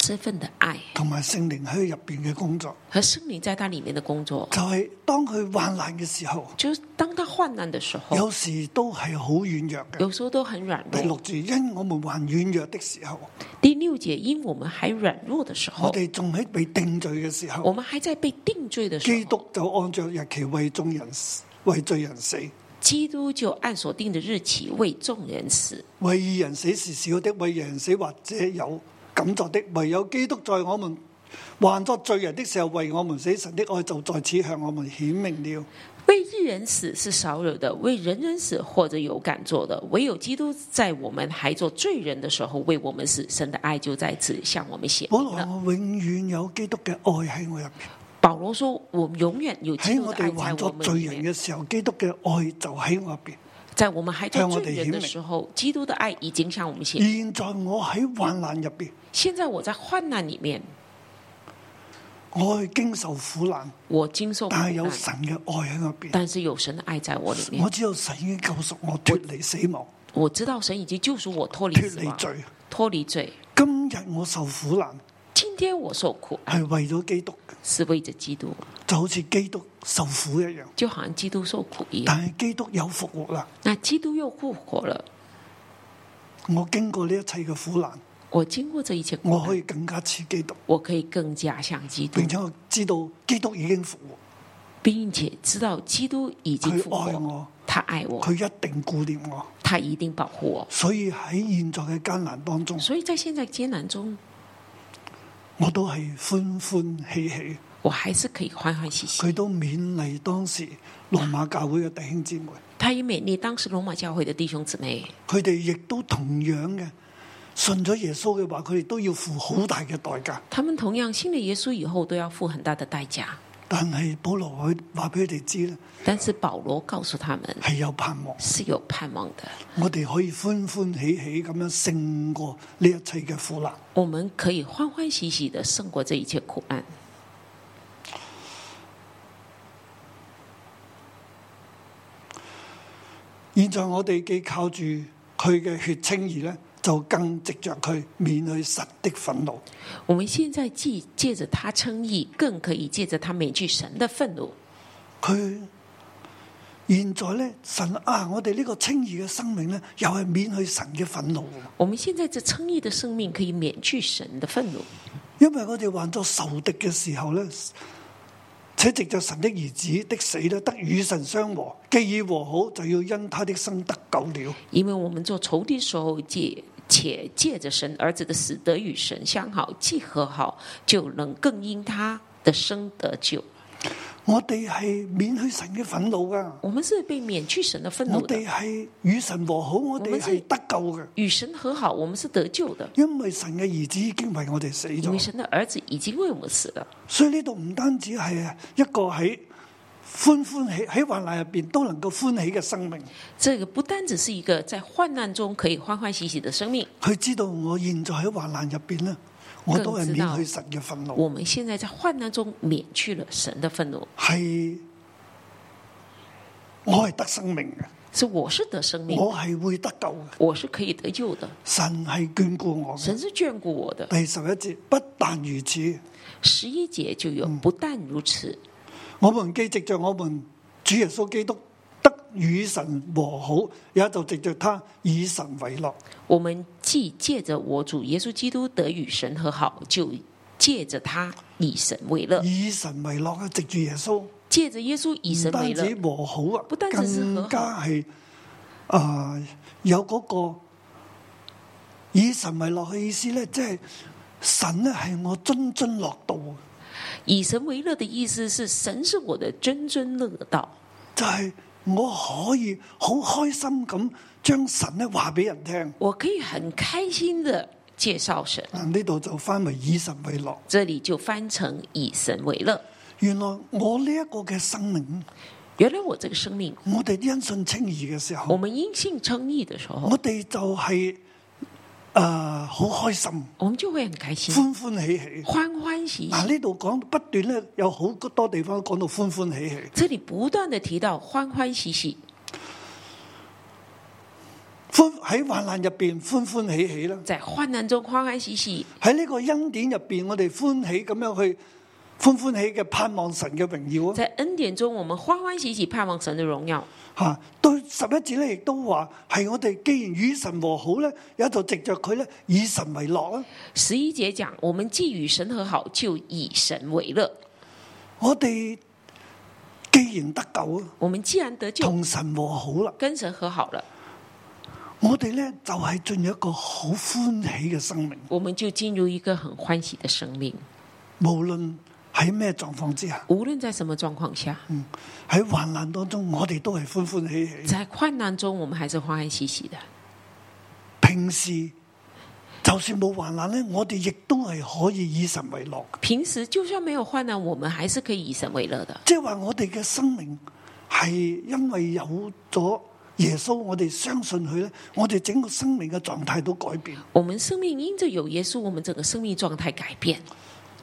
S3: 这份的爱
S2: 同埋聖靈喺入邊嘅工作，
S3: 和圣灵在他里面的工作，
S2: 就係、當佢患難嘅時候，
S3: 就是当他患难的时候，
S2: 有時都係好軟弱嘅。
S3: 有时候都很软
S2: 第
S3: 弱
S2: 六。節，因我們還軟弱的時候。
S3: 第六节，因我们还软弱的时
S2: 我
S3: 候，
S2: 哋仲喺被定罪嘅時
S3: 我
S2: 候，
S3: 们还在被定罪的时候，
S2: 基督就按照日期為眾人為罪人死，
S3: 基督就按所定的日期为众人死。
S2: 為義人死是少的，為義人死或者有感作的，唯有基督在我們還作罪人的時候為我們死，神的愛就在此向我們顯明了。
S3: 为一人死是少有的，为人人死或者有敢做的，唯有基督在我们还做罪人的时候为我们死，神的爱就在此向我们显
S2: 本
S3: 明
S2: 來
S3: 了。
S2: 我永遠有基督嘅愛喺我入邊，
S3: 保罗说：“我们永远有基
S2: 喺
S3: 督
S2: 我
S3: 的爱
S2: 哋
S3: 在
S2: 還作
S3: 我们
S2: 罪
S3: 里
S2: 人嘅
S3: 面，
S2: 時候，基督嘅愛就喺我入邊。
S3: 在我们还做
S2: 向我哋
S3: 罪人
S2: 显
S3: 的
S2: 明
S3: 时候，基督的爱已经向我们显明。
S2: 現在我喺患難入邊，
S3: 现在我在患难里面，
S2: 我係經受苦難，
S3: 我经受苦
S2: 但係
S3: 难，
S2: 有神嘅愛喺我入邊。
S3: 但是有神的爱在我里面
S2: 我。知道神已經救贖我脱離死亡，
S3: 我知道神已经救赎我脱离
S2: 脱
S3: 死
S2: 離
S3: 亡，
S2: 罪。
S3: 脱离罪。
S2: 今日我受苦難
S3: 今天我受苦
S2: 係為咗基督，
S3: 是为着基督，
S2: 就好似基督受苦一樣。
S3: 就好像基督受苦一样。
S2: 但係基督有復活啦，
S3: 那基督又复活了。
S2: 我經過呢一切嘅苦難，
S3: 我经过这一切苦
S2: 我
S3: 难，
S2: 可以更加似基督，
S3: 我可以更加像基督
S2: 並，且我知道基督已經復活，
S3: 并且知道基督已经复
S2: 佢愛
S3: 活，
S2: 我，
S3: 他爱我，
S2: 佢一定顧念我。
S3: 他一定保护我。
S2: 所以喺現在嘅艱難當中，
S3: 所以在现在艰难中，
S2: 我都係歡歡喜喜。
S3: 我还是可以欢欢喜喜。
S2: 佢都勉勵當時羅馬教會嘅弟兄姊妹。
S3: 他也勉励当时罗马教会的弟兄姊妹，
S2: 佢哋亦都同樣嘅信咗耶穌嘅話，佢哋都要付好大嘅代價。
S3: 他们同样信了耶稣以后，都要付很大的代价。
S2: 但係保羅佢話俾佢哋知咧，
S3: 但是保罗告诉他们
S2: 係有盼望，
S3: 是有盼望的，
S2: 我哋可以歡歡喜喜咁樣勝過呢一切嘅苦難。
S3: 我们可以欢欢喜喜的胜过这一切苦难。
S2: 現在我哋既靠住佢嘅血清義咧，就更藉着佢免去神的憤怒。
S3: 我们现在既借着他称义，更可以借着他免去神的愤怒。
S2: 佢現在咧，神啊，我哋呢個清義嘅生命咧，又係免去神嘅憤怒喎，
S3: 我们现在这称义的生命可以免去神的愤怒，
S2: 因為我哋患咗仇敵嘅時候咧，且藉着神的兒子的死咧，得與神相和，既已和好，就要因他的生得救了。
S3: 因为我们做仇敌的时候借且借着神儿子的死得与神相好，既和好，就能更因他的生得救。
S2: 我哋係免去神嘅憤怒噶，
S3: 我们是被免去神的愤怒
S2: 我
S3: 的
S2: 哋，係與神和好，我哋
S3: 我
S2: 係
S3: 哋
S2: 得救嘅。
S3: 与神和好，我们是得救的。
S2: 因为神嘅儿子已经为我哋死
S3: 因为
S2: 咗，
S3: 神的儿子已经为我们死了，
S2: 所以呢度唔单止系一个喺欢欢喜喺患难入边都能够欢喜嘅生命，
S3: 这个不单只是一个在患难中可以欢欢喜喜的生命，
S2: 佢知道我现在喺患难入边咧，我都系免去神嘅愤怒，
S3: 我们现在在患难中免去了神的愤怒，
S2: 系我系得生命嘅，
S3: 是我是得生命，
S2: 我系会得救嘅，
S3: 我是可以得救的，
S2: 神系眷顾我嘅。
S3: 神是眷顾我的。
S2: 第十一节，不但如此，
S3: 十一节就有，不但如此，
S2: 我们既藉着我们主耶稣基督得与神和好，也就藉着他以神为乐。
S3: 我们既借着我主耶稣基督得与神和好，就借着他以神为乐，
S2: 以神為樂啊，藉住耶穌，
S3: 借着耶稣以
S2: 唔
S3: 神
S2: 單
S3: 为乐，
S2: 止和好啊，
S3: 不單止是和
S2: 更
S3: 好
S2: 加係啊、有嗰、個以神為樂嘅意思咧，即係神咧係我津津樂道啊，
S3: 以神为乐的意思是神是我的津津乐道。
S2: 就係我可以好開心咁將神咧話俾人聽。
S3: 我可以很开心的介绍神，
S2: 嗱呢度就翻為以神為樂。
S3: 这里就翻成以神为乐。
S2: 原來我呢一個嘅生命，
S3: 原来我这个生命，
S2: 我哋因信稱義嘅時
S3: 我
S2: 候，
S3: 们因信称义的时候，
S2: 我哋就係呃好開心，
S3: 我们就会很开心，
S2: 歡歡喜喜。
S3: 欢欢喜
S2: 嗱
S3: 喜。
S2: 呢度講不斷咧，有好多地方講到歡歡喜喜，
S3: 这里不断的提到欢欢喜喜，
S2: 歡喺患難入邊歡歡喜喜啦，
S3: 在患难中欢欢喜喜，
S2: 喺呢個恩典入邊，我哋歡喜咁樣去歡歡喜嘅盼望神嘅榮耀啊！
S3: 在恩典中我们欢欢喜喜盼望神的荣耀。
S2: 嚇，對十一節咧，亦都話係我哋既然與神和好咧，也就藉着佢咧以神為樂啊啦。
S3: 十一节讲，我们既与神和好，就以神为乐。
S2: 我哋既然得救啊，
S3: 我们既然得救，
S2: 同神和好啦，
S3: 跟神和好了，
S2: 我哋咧就係進入一個好歡喜嘅生命，
S3: 我们就进入一个很欢喜的生命，
S2: 無論喺咩狀況之下。
S3: 无论在什么状况下。
S2: 嗯喺患難當中，我哋都係歡歡喜喜。
S3: 在困难中，我们还是欢欢喜喜的。
S2: 平時就算冇患難咧，我哋亦都係可以以神為樂。
S3: 平时就算没有患难，我们还是可以以神为乐的。
S2: 即係話我哋嘅生命係因為有咗耶穌，我哋相信佢咧，我哋整個生命嘅狀態都改變。
S3: 我们生命因着有耶稣，我们整个生命状态改变。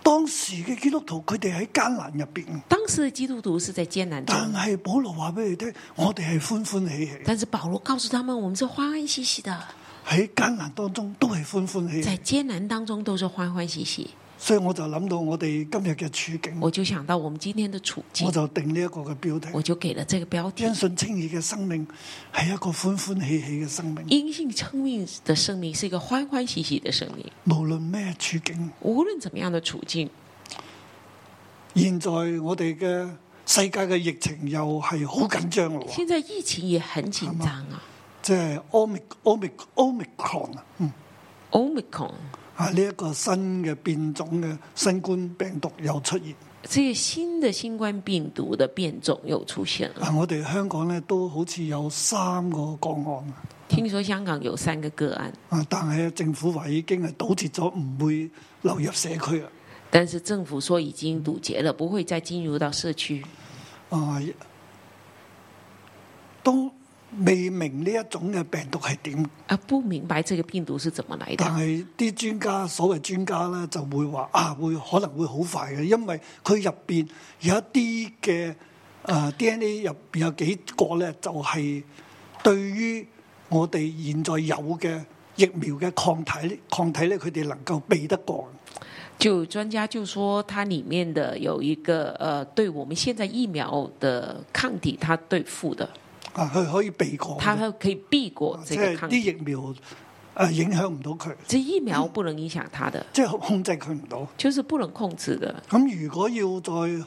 S2: 當時嘅基督徒佢哋喺艱難入邊，
S3: 当时的基督徒是在艰难中，
S2: 但係保羅話俾佢聽，我哋係歡歡喜喜
S3: 但是保罗告诉他们，我们是欢欢喜喜的，
S2: 喺艱難當中都係歡歡喜
S3: 在
S2: 喜。
S3: 艰难当中都是欢欢喜喜。
S2: 所以我就諗到我哋今日嘅處境，
S3: 我就想到我们今天的处境
S2: 我，就定呢一個嘅標題。
S3: 我就给了这个标题
S2: 因：信稱義嘅生命係一個歡歡喜喜嘅生命，
S3: 因信称命的生命是一个欢欢喜喜的生命，
S2: 無論咩處境。
S3: 无论怎么样的处境。
S2: 現在我哋嘅世界嘅疫情又係好緊張咯喎，
S3: 现在疫情也很紧张啊
S2: 即係 omic omic omicron 啊，嗯
S3: ，Omicron
S2: 啊呢一個新嘅變種嘅新冠病毒又出現。
S3: 这个新的新冠病毒的变种又出现了。
S2: 啊，我哋香港咧都好似有三個個案啊，
S3: 听说香港有三个个案，
S2: 啊，但係政府話已經係堵截咗，唔會流入社區啊啦。
S3: 但是政府说已经堵截了，不会再进入到社区。
S2: 啊，都未明呢一種嘅病毒係點，
S3: 啊，不明白这个病毒是怎么来
S2: 但
S3: 的。
S2: 係啲專家所謂專家咧就會話啊，會可能會好快嘅，因為佢入邊有一啲嘅呃誒 DNA 入邊有幾個咧，就係、對於我哋現在有嘅疫苗嘅抗體，抗體咧佢哋能夠避得過。
S3: 就专家就说，它里面的有一个呃，对我们现在疫苗的抗体，它对付的，
S2: 啊，佢可以避過嘅，
S3: 它它可以避过
S2: 即
S3: 这个
S2: 係
S3: 抗
S2: 啲
S3: 体。
S2: 疫苗誒影響唔到佢，
S3: 这疫苗不能影响它的，
S2: 即係控制佢唔到。
S3: 就是不能控制的。
S2: 咁如果要再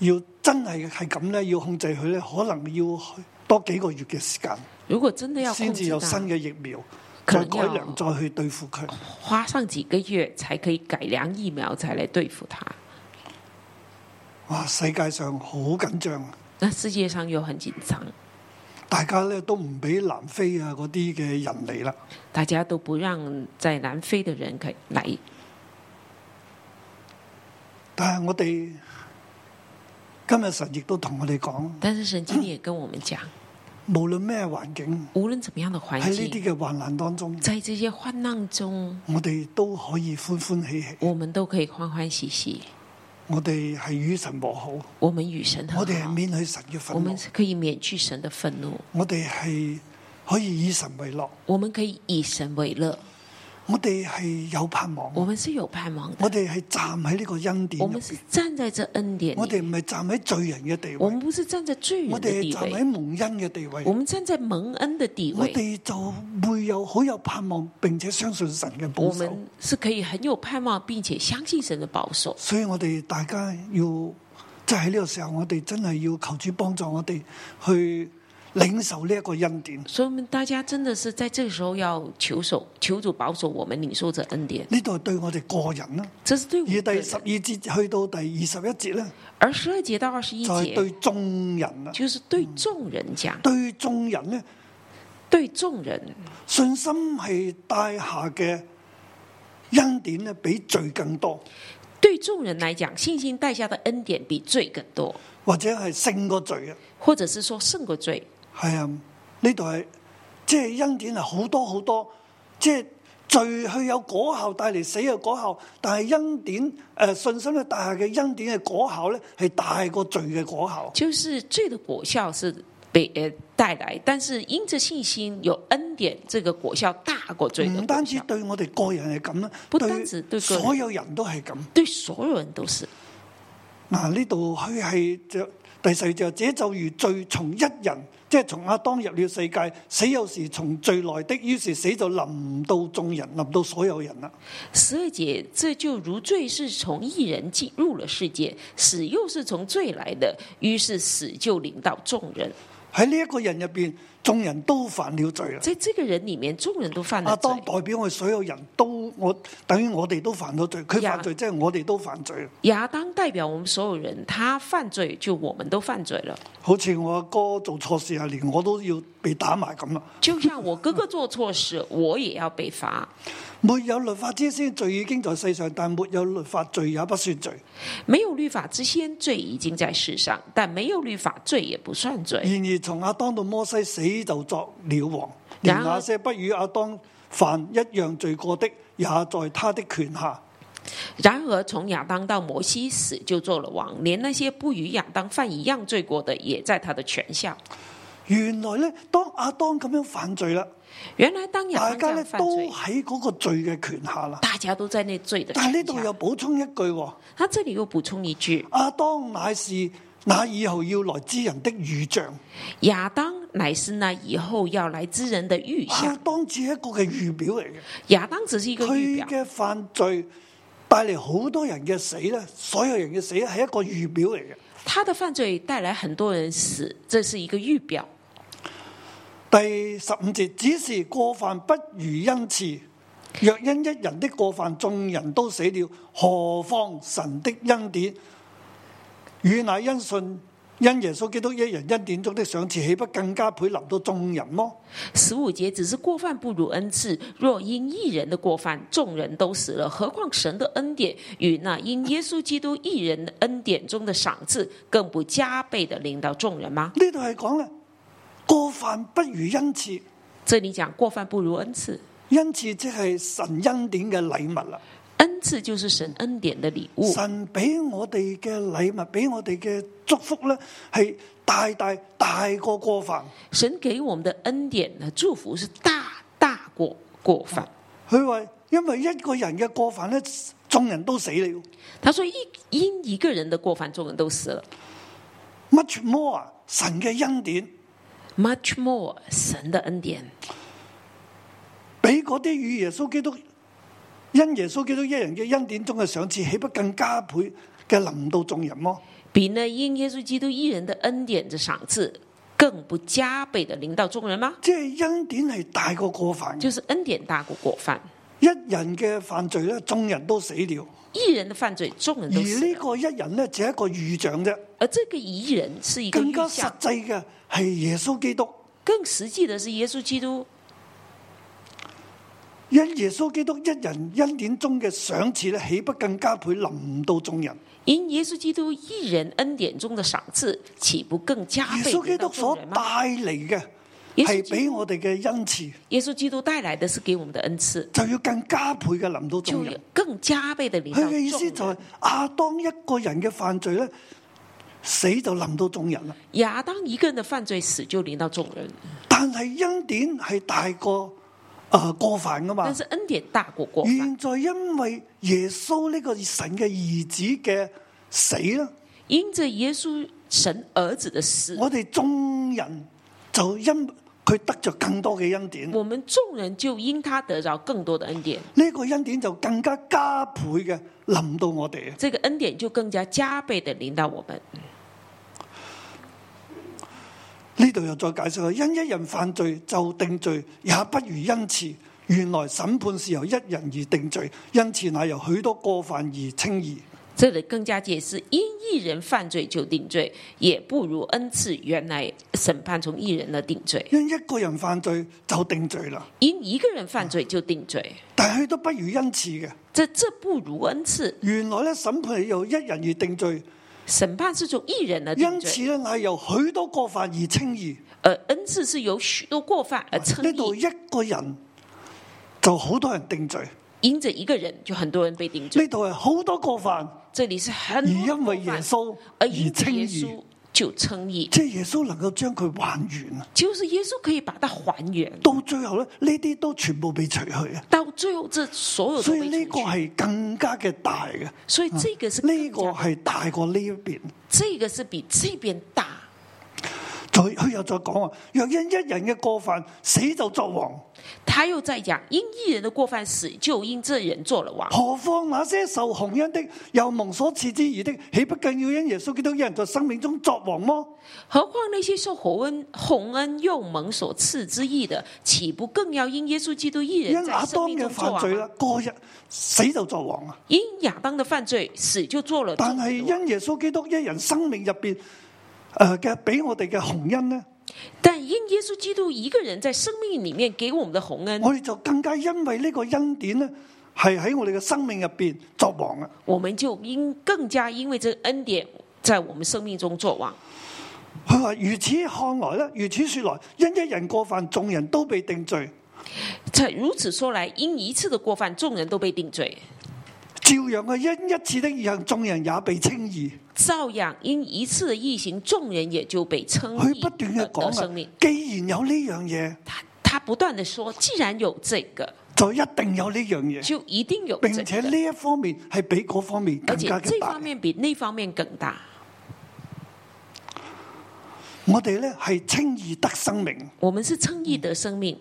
S2: 要真係係咁咧，要控制佢咧，可能要多幾個月嘅時間，
S3: 如果真的要控
S2: 先至
S3: 制
S2: 有新
S3: 它，
S2: 嘅疫苗，
S3: 可
S2: 再
S3: 能
S2: 改良
S3: 要
S2: 再去對付佢。
S3: 花上几个月才可以改良疫苗，才来对付它。
S2: 哇！世界上好緊張啊，
S3: 那世界上又很紧张，
S2: 大家咧都唔俾南非啊嗰啲嘅人嚟啦。
S3: 大家都不让在南非的人可以来。
S2: 但係我哋今日神亦都同我哋講，
S3: 但是神今天也跟我们讲，
S2: 無論咩環境，
S3: 无论怎么样的环
S2: 喺呢
S3: 境，
S2: 啲嘅患難當中，
S3: 在这些患难中，
S2: 我哋都可以歡歡喜喜，
S3: 我们都可以欢欢喜喜。
S2: 我哋係與神和好，
S3: 我们与神和
S2: 我哋係
S3: 好，
S2: 免去神嘅
S3: 我
S2: 憤怒
S3: 们。是可以免去神的愤怒，
S2: 我哋係可以以神為樂，
S3: 我们可以以神为乐，
S2: 我哋係有盼望，
S3: 我们是有盼望的。
S2: 我哋係站喺呢個恩典
S3: 我
S2: 入
S3: 们
S2: 邊，
S3: 是站在这恩典
S2: 我
S3: 里，
S2: 哋唔係站喺罪人嘅地
S3: 我
S2: 位，
S3: 们不是站在罪人
S2: 我
S3: 的
S2: 哋
S3: 地
S2: 係站
S3: 位
S2: 喺，蒙恩嘅地位
S3: 我，们站在蒙恩的地
S2: 我
S3: 位，
S2: 哋就會有好有盼望，並且相信神嘅保
S3: 我
S2: 守。
S3: 们是可以很有盼望，并且相信神的保守。
S2: 所以我哋大家要即係喺呢個時候，我哋真係要求主幫助我哋去領受呢一個恩典。
S3: 所以，我们大家真的是在这个时候要求守、求主保守我们领受着恩典，
S2: 呢度係對我哋個人啦，
S3: 这是对我
S2: 而
S3: 们的
S2: 第十二
S3: 人。
S2: 節去到第二十一節咧，
S3: 而十二节到二十一
S2: 就係
S3: 节，
S2: 對眾人啦。
S3: 就是对众人讲，
S2: 對眾人呢，
S3: 对众人
S2: 信心係帶下嘅恩典呢，比罪更多，
S3: 对众人来讲，信心带下的恩典比罪更多，
S2: 或者係勝過罪啊。
S3: 或者是说胜过罪。
S2: 係啊，呢度係即係恩典係好多好多，即係罪佢有果效帶嚟死嘅果效，但係恩典誒、呃信心咧帶下嘅恩典嘅果效咧係大過罪嘅果效。
S3: 就是罪的果效是被呃带来，但是因着信心有恩典，这个果效大过罪的
S2: 唔
S3: 果
S2: 單止
S3: 效。
S2: 對我哋個人係咁啦，
S3: 不單止對個人
S2: 所有人都係咁。
S3: 对所有人都是。
S2: 嗱，呢度佢係就第四就這就如罪從一人，即係從亞當入了世界，死有時從罪來的，於是死就臨到眾人，臨到所有人啦。
S3: 十二节，这就如罪是从一人进入了世界，死又是从罪来的，于是死就临到众人。
S2: 喺呢一個人入邊，眾人都犯了罪啦。
S3: 在这个人里面，众啊人都犯
S2: 亞
S3: 了罪
S2: 當。代表我哋所有人都，我等於我哋都犯咗罪，佢
S3: 呀
S2: 犯罪即係我哋都犯罪。
S3: 亚当代表我们所有人，他犯罪就我们都犯罪了。
S2: 好似我阿哥做錯事啊，連我都要被打埋咁啊啦。
S3: 就像我哥哥做错事，我也要被罚。
S2: 沒有律法之先，罪已經在世上，但沒有律法，罪也不算罪。
S3: 没有律法之先，罪已经在世上，但没有律法，罪也不算罪。
S2: 然而從亞當到摩西死就作了王，連
S3: 然而
S2: 那些不與亞當犯一樣罪過的，也在他的權下。
S3: 然而，从亚当到摩西死就做了王，连那些不与亚当犯一样罪过的，也在他的权下。
S2: 原來咧，當亞當咁樣犯罪啦，
S3: 原来当亚
S2: 大
S3: 当这
S2: 家咧
S3: 样犯罪
S2: 都，喺嗰個罪嘅權下啦。
S3: 大家都在那罪的
S2: 但係呢
S3: 权
S2: 度
S3: 下
S2: 又。補充一句喎，
S3: 他这里又补充一句：
S2: 亞當乃是那以後要來之人的預象。
S3: 亚当乃是那以后要来之人的预
S2: 亞
S3: 象。
S2: 當只係一個嘅預表嚟嘅，
S3: 亚当只是一个预
S2: 佢
S3: 表，
S2: 嘅犯罪帶嚟好多人嘅死咧，所有人嘅死係一個預表嚟嘅。
S3: 他的犯罪带来很多人死，这是一个预表。
S2: 第十五節，只是過犯不如恩慈，若因一人的過犯，眾人都死了，何況神的恩典與那因信因耶穌基督一人恩典中的賞賜，岂不更加倍臨到眾人麼？
S3: 十五节只是过犯不如恩赐，若因一人的过犯，众人都死了，何况神的恩典与那因耶稣基督一人的恩典中的赏赐，更不加倍的领到众人吗？
S2: 呢度係講咧，過犯不如恩賜，
S3: 这里讲过犯不如恩赐，
S2: 恩賜即係神恩典嘅禮物啦。
S3: 恩赐就是神恩典的礼物。
S2: 神俾我哋嘅禮物，俾我哋嘅祝福咧，係大大大過過犯。
S3: 神给我们的恩典呢，祝福是大大过过犯。
S2: 佢話因為一個人嘅過犯咧，眾人都死了。
S3: 他说一因一个人的过犯，众人都死了。
S2: Much more 啊神嘅恩典，
S3: Much more，神的恩典
S2: 俾嗰啲與耶穌基督因耶穌基督一人嘅恩典中嘅賞賜，岂不更加倍嘅臨到眾人麼？
S3: 比那因耶稣基督一人的恩典的赏赐更不加倍的临到众人吗？
S2: 即係恩典係大過過犯嘅，
S3: 就是恩典大过过犯，
S2: 一人嘅犯罪咧，眾人都死了。
S3: 一人的犯罪，众人
S2: 而
S3: 都死
S2: 呢
S3: 了。
S2: 個一人咧，只係一個預象啫。
S3: 而这个一人是一个
S2: 更加
S3: 预
S2: 實
S3: 象，
S2: 際嘅係耶穌基督，
S3: 更实际的是耶稣基督，
S2: 因耶穌基督一人恩典中嘅賞賜咧，岂不更加倍臨到眾人？
S3: 因耶稣基督一人恩典中的赏赐，岂不更加
S2: 耶
S3: 倍
S2: 穌基
S3: 临到
S2: 督所
S3: 众人
S2: 帶
S3: 吗？
S2: 嚟嘅
S3: 耶穌基
S2: 係
S3: 督
S2: 俾我哋嘅恩賜，
S3: 耶稣基督带来的是给我们的恩赐，
S2: 就要更加倍嘅臨到眾
S3: 就
S2: 人。
S3: 更加倍的临
S2: 佢
S3: 到
S2: 嘅意思就
S3: 众
S2: 係、
S3: 人。
S2: 亞當一個人嘅犯罪咧，死就臨到眾人啦。
S3: 亚当一个人的犯罪死就临到众人，
S2: 但係恩典係大過誒、呃、過犯噶嘛
S3: 但。是恩典大过过犯。
S2: 現在因為耶穌呢個神嘅兒子嘅死啦。
S3: 因着耶稣神儿子的死，
S2: 我哋眾人就因佢得着更多嘅恩典，呢、
S3: 我们众人就因他得着更多的恩典，
S2: 個恩典就更加加倍嘅臨到我哋。
S3: 这个恩典就更加加倍的临到我们。
S2: 呢度又再解釋佢，因一人犯罪就定罪，也不如恩賜。原來審判是由一人而定罪，恩賜乃由許多過犯而稱義。
S3: 这里更加解释，因一人犯罪就定罪，也不如恩赐原来审判从一人的定罪。
S2: 因一個人犯罪就定罪啦，
S3: 因一个人犯罪就定罪，
S2: 但係佢都不如恩賜嘅。
S3: 这这不如恩赐。
S2: 原來咧審判係由一人而定罪，
S3: 审判是从一人的定
S2: 因此
S3: 罪，
S2: 咧乃由許多過犯而稱義。啊
S3: 而恩赐是由许多过犯而称
S2: 呢度
S3: 义。
S2: 一個人就好多人定罪，
S3: 因着一个人，就很多人被定罪。
S2: 呢度係好多個犯，
S3: 这里是很
S2: 而
S3: 多的
S2: 因為
S3: 过
S2: 耶
S3: 犯，
S2: 穌
S3: 而
S2: 而
S3: 呃因着
S2: 稱
S3: 耶
S2: 義，
S3: 稣就称义。
S2: 即係耶穌能夠將佢還原啊！
S3: 就是耶稣可以把它还原，
S2: 到最後咧，呢啲都全部被除去啊！
S3: 到最后这所有都
S2: 所以
S3: 被
S2: 啊呢
S3: 除
S2: 個
S3: 去
S2: 係更加嘅大嘅，呢
S3: 所以这个是更加
S2: 個係大過呢一邊。
S3: 这个是比这边大。
S2: 再佢又再講啊，若因一人嘅過犯，死就作王，
S3: 他又在讲，因一人的过犯死，就因这人做了王。
S2: 何況那些受洪恩的，又蒙所賜之義的，岂不更要因耶穌基督一人在生命中作王麼？
S3: 何况那些受洪恩、洪恩又蒙所赐之意的，岂不更要因耶稣基督一
S2: 因
S3: 人在
S2: 亞
S3: 生
S2: 當
S3: 命
S2: 嘅
S3: 中做
S2: 犯罪
S3: 王
S2: 啦
S3: 啊吗？，
S2: 個日死就作王啊！
S3: 因亚当的犯罪，死就做了
S2: 但
S3: 众
S2: 係
S3: 人的王。
S2: 因耶穌基督一人生命入边诶嘅俾我哋嘅洪恩呢，
S3: 但因耶稣基督一个人在生命里面给我们的洪恩，
S2: 我哋就更加因為呢個恩典呢，係喺我哋嘅生命入边作王啊！
S3: 我们就应更加因为这恩典，在我们生命中做王。
S2: 佢話如此看來呢，如此说來，因一人過犯，眾人都被定罪，
S3: 这如此说来，因一次的过犯，众人都被定罪；
S2: 照樣嘅因一次的義行，眾人也被稱義。
S3: 照样因一次的异行，众人也就被称
S2: 佢
S3: 义
S2: 不斷
S3: 而
S2: 嘅
S3: 得生
S2: 講
S3: 命
S2: 啊。，既然有呢樣嘢，
S3: 他他不断的说，既然有这个，
S2: 就一定有呢樣嘢，
S3: 就一定有这
S2: 並且
S3: 个，
S2: 呢一方面係比嗰方面
S3: 而
S2: 更
S3: 且
S2: 加
S3: 这
S2: 嘅大
S3: 方。面比那方面更大。
S2: 我哋咧係稱義得生命，
S3: 我们是称义得生命，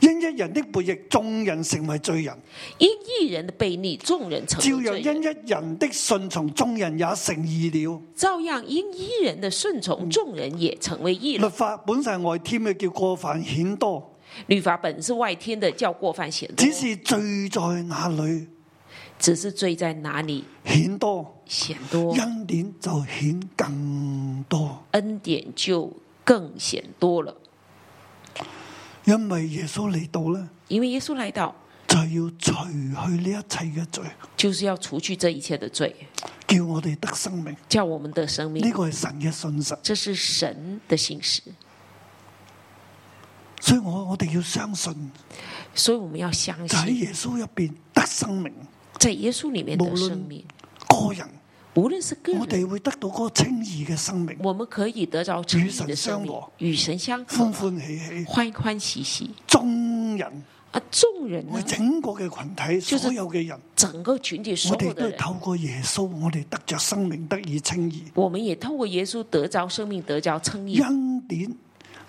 S2: 因一人的背逆，眾人成為罪人；
S3: 因一人的悖逆，众人成
S2: 照
S3: 为
S2: 樣
S3: 罪
S2: 因
S3: 人；
S2: 一人的順從，眾人也成義了。
S3: 照样因一人的顺
S2: 嗯
S3: 从，众人也成为义
S2: 律
S3: 了。
S2: 法本是外添嘅，叫過犯顯多，
S3: 律法本是外天的，叫过犯显多
S2: 只是罪在哪裏，
S3: 只是罪在哪里
S2: 顯多，
S3: 显多，
S2: 恩典就顯更多，
S3: 恩典就更显多了。
S2: 因為耶穌嚟到咧，
S3: 因为耶稣来到，
S2: 就要除去呢一切嘅罪，
S3: 就是要除去这一切的罪，
S2: 叫我哋得生命。
S3: 叫我们的生
S2: 呢
S3: 命。
S2: 個係神嘅信實，
S3: 这是神的信实，
S2: 所以我我哋要相信，
S3: 所以我们要相
S2: 就喺
S3: 信，
S2: 耶穌入边得生命，
S3: 在耶稣里面
S2: 无
S3: 的
S2: 论
S3: 生命，
S2: 個人
S3: 无论是个
S2: 我
S3: 人，
S2: 哋會得到嗰個清義嘅生命，
S3: 我们可以得着诚
S2: 与
S3: 意
S2: 神
S3: 的生
S2: 相
S3: 命
S2: 和，
S3: 与神相
S2: 歡
S3: 合，
S2: 歡喜喜。
S3: 欢欢喜喜。
S2: 眾人
S3: 而众人呢
S2: 會，整個嘅群體，
S3: 嗯就是
S2: 所有嘅人，
S3: 整个群体所
S2: 我哋
S3: 有
S2: 都
S3: 的
S2: 係
S3: 人，
S2: 透過耶穌，我哋得着生命，得以清義。
S3: 我们也透过耶稣得着生命，得着称义。
S2: 恩典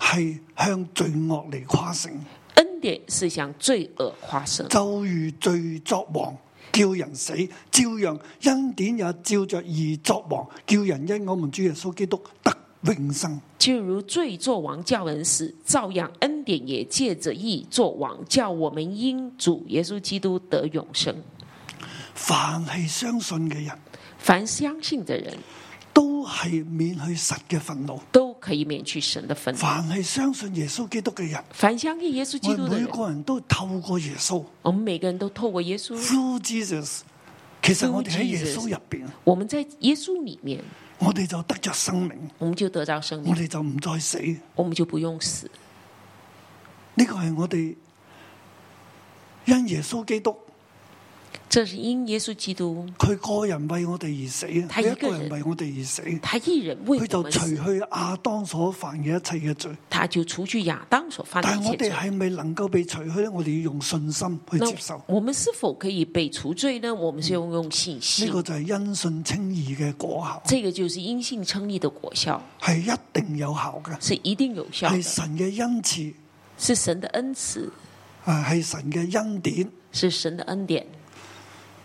S2: 係向罪惡嚟跨城，
S3: 恩典是向罪恶化身，
S2: 就如罪作王。叫人死，照樣恩典也照着義作王，叫人因我們主耶穌基督得永生。
S3: 就如罪作王叫人死，照样恩典也借着义作王，叫我们因主耶稣基督得永生。
S2: 凡係相信嘅人
S3: 凡相信的人
S2: 都係免去神嘅憤怒，
S3: 都可以免去神的愤怒。
S2: 凡係相信耶穌基督嘅人，
S3: 凡相信耶稣
S2: 我
S3: 基督
S2: 哋
S3: 的
S2: 每
S3: 人，
S2: 個人都透過耶穌
S3: 我们每个人都透过耶稣，
S2: through Jesus，其實
S3: 嗯 Through
S2: 我哋喺耶
S3: Jesus
S2: 穌入边，
S3: 我们在耶稣里面，
S2: 我哋就得着生命，
S3: 我们就得着生
S2: 我
S3: 命，
S2: 哋就唔再死。
S3: 我们就不用死。
S2: 呢個係我哋因耶穌基督
S3: 这是因耶稣基督
S2: 佢個人為我哋而死啊，
S3: 他
S2: 佢
S3: 一
S2: 一
S3: 個
S2: 個
S3: 人
S2: 人為我哋而死，
S3: 他一人为
S2: 佢
S3: 我
S2: 就
S3: 们
S2: 除
S3: 死，
S2: 去亞當所犯嘅一切嘅罪。
S3: 他就除去亚当所犯的
S2: 但
S3: 一
S2: 係我
S3: 切
S2: 哋
S3: 罪。
S2: 係咪能夠被除去呢？我哋要用信心去接受嗯
S3: 那。我们是否可以被除罪呢？我们是要用信
S2: 呢
S3: 心，
S2: 個就係因信稱義嘅果效，
S3: 这个就是因信称义的果效，
S2: 係一定有效嘅，
S3: 是一定有效
S2: 係
S3: 的，
S2: 神嘅恩賜，
S3: 是神的恩慈，
S2: 啊係神嘅恩典，
S3: 是神的恩典，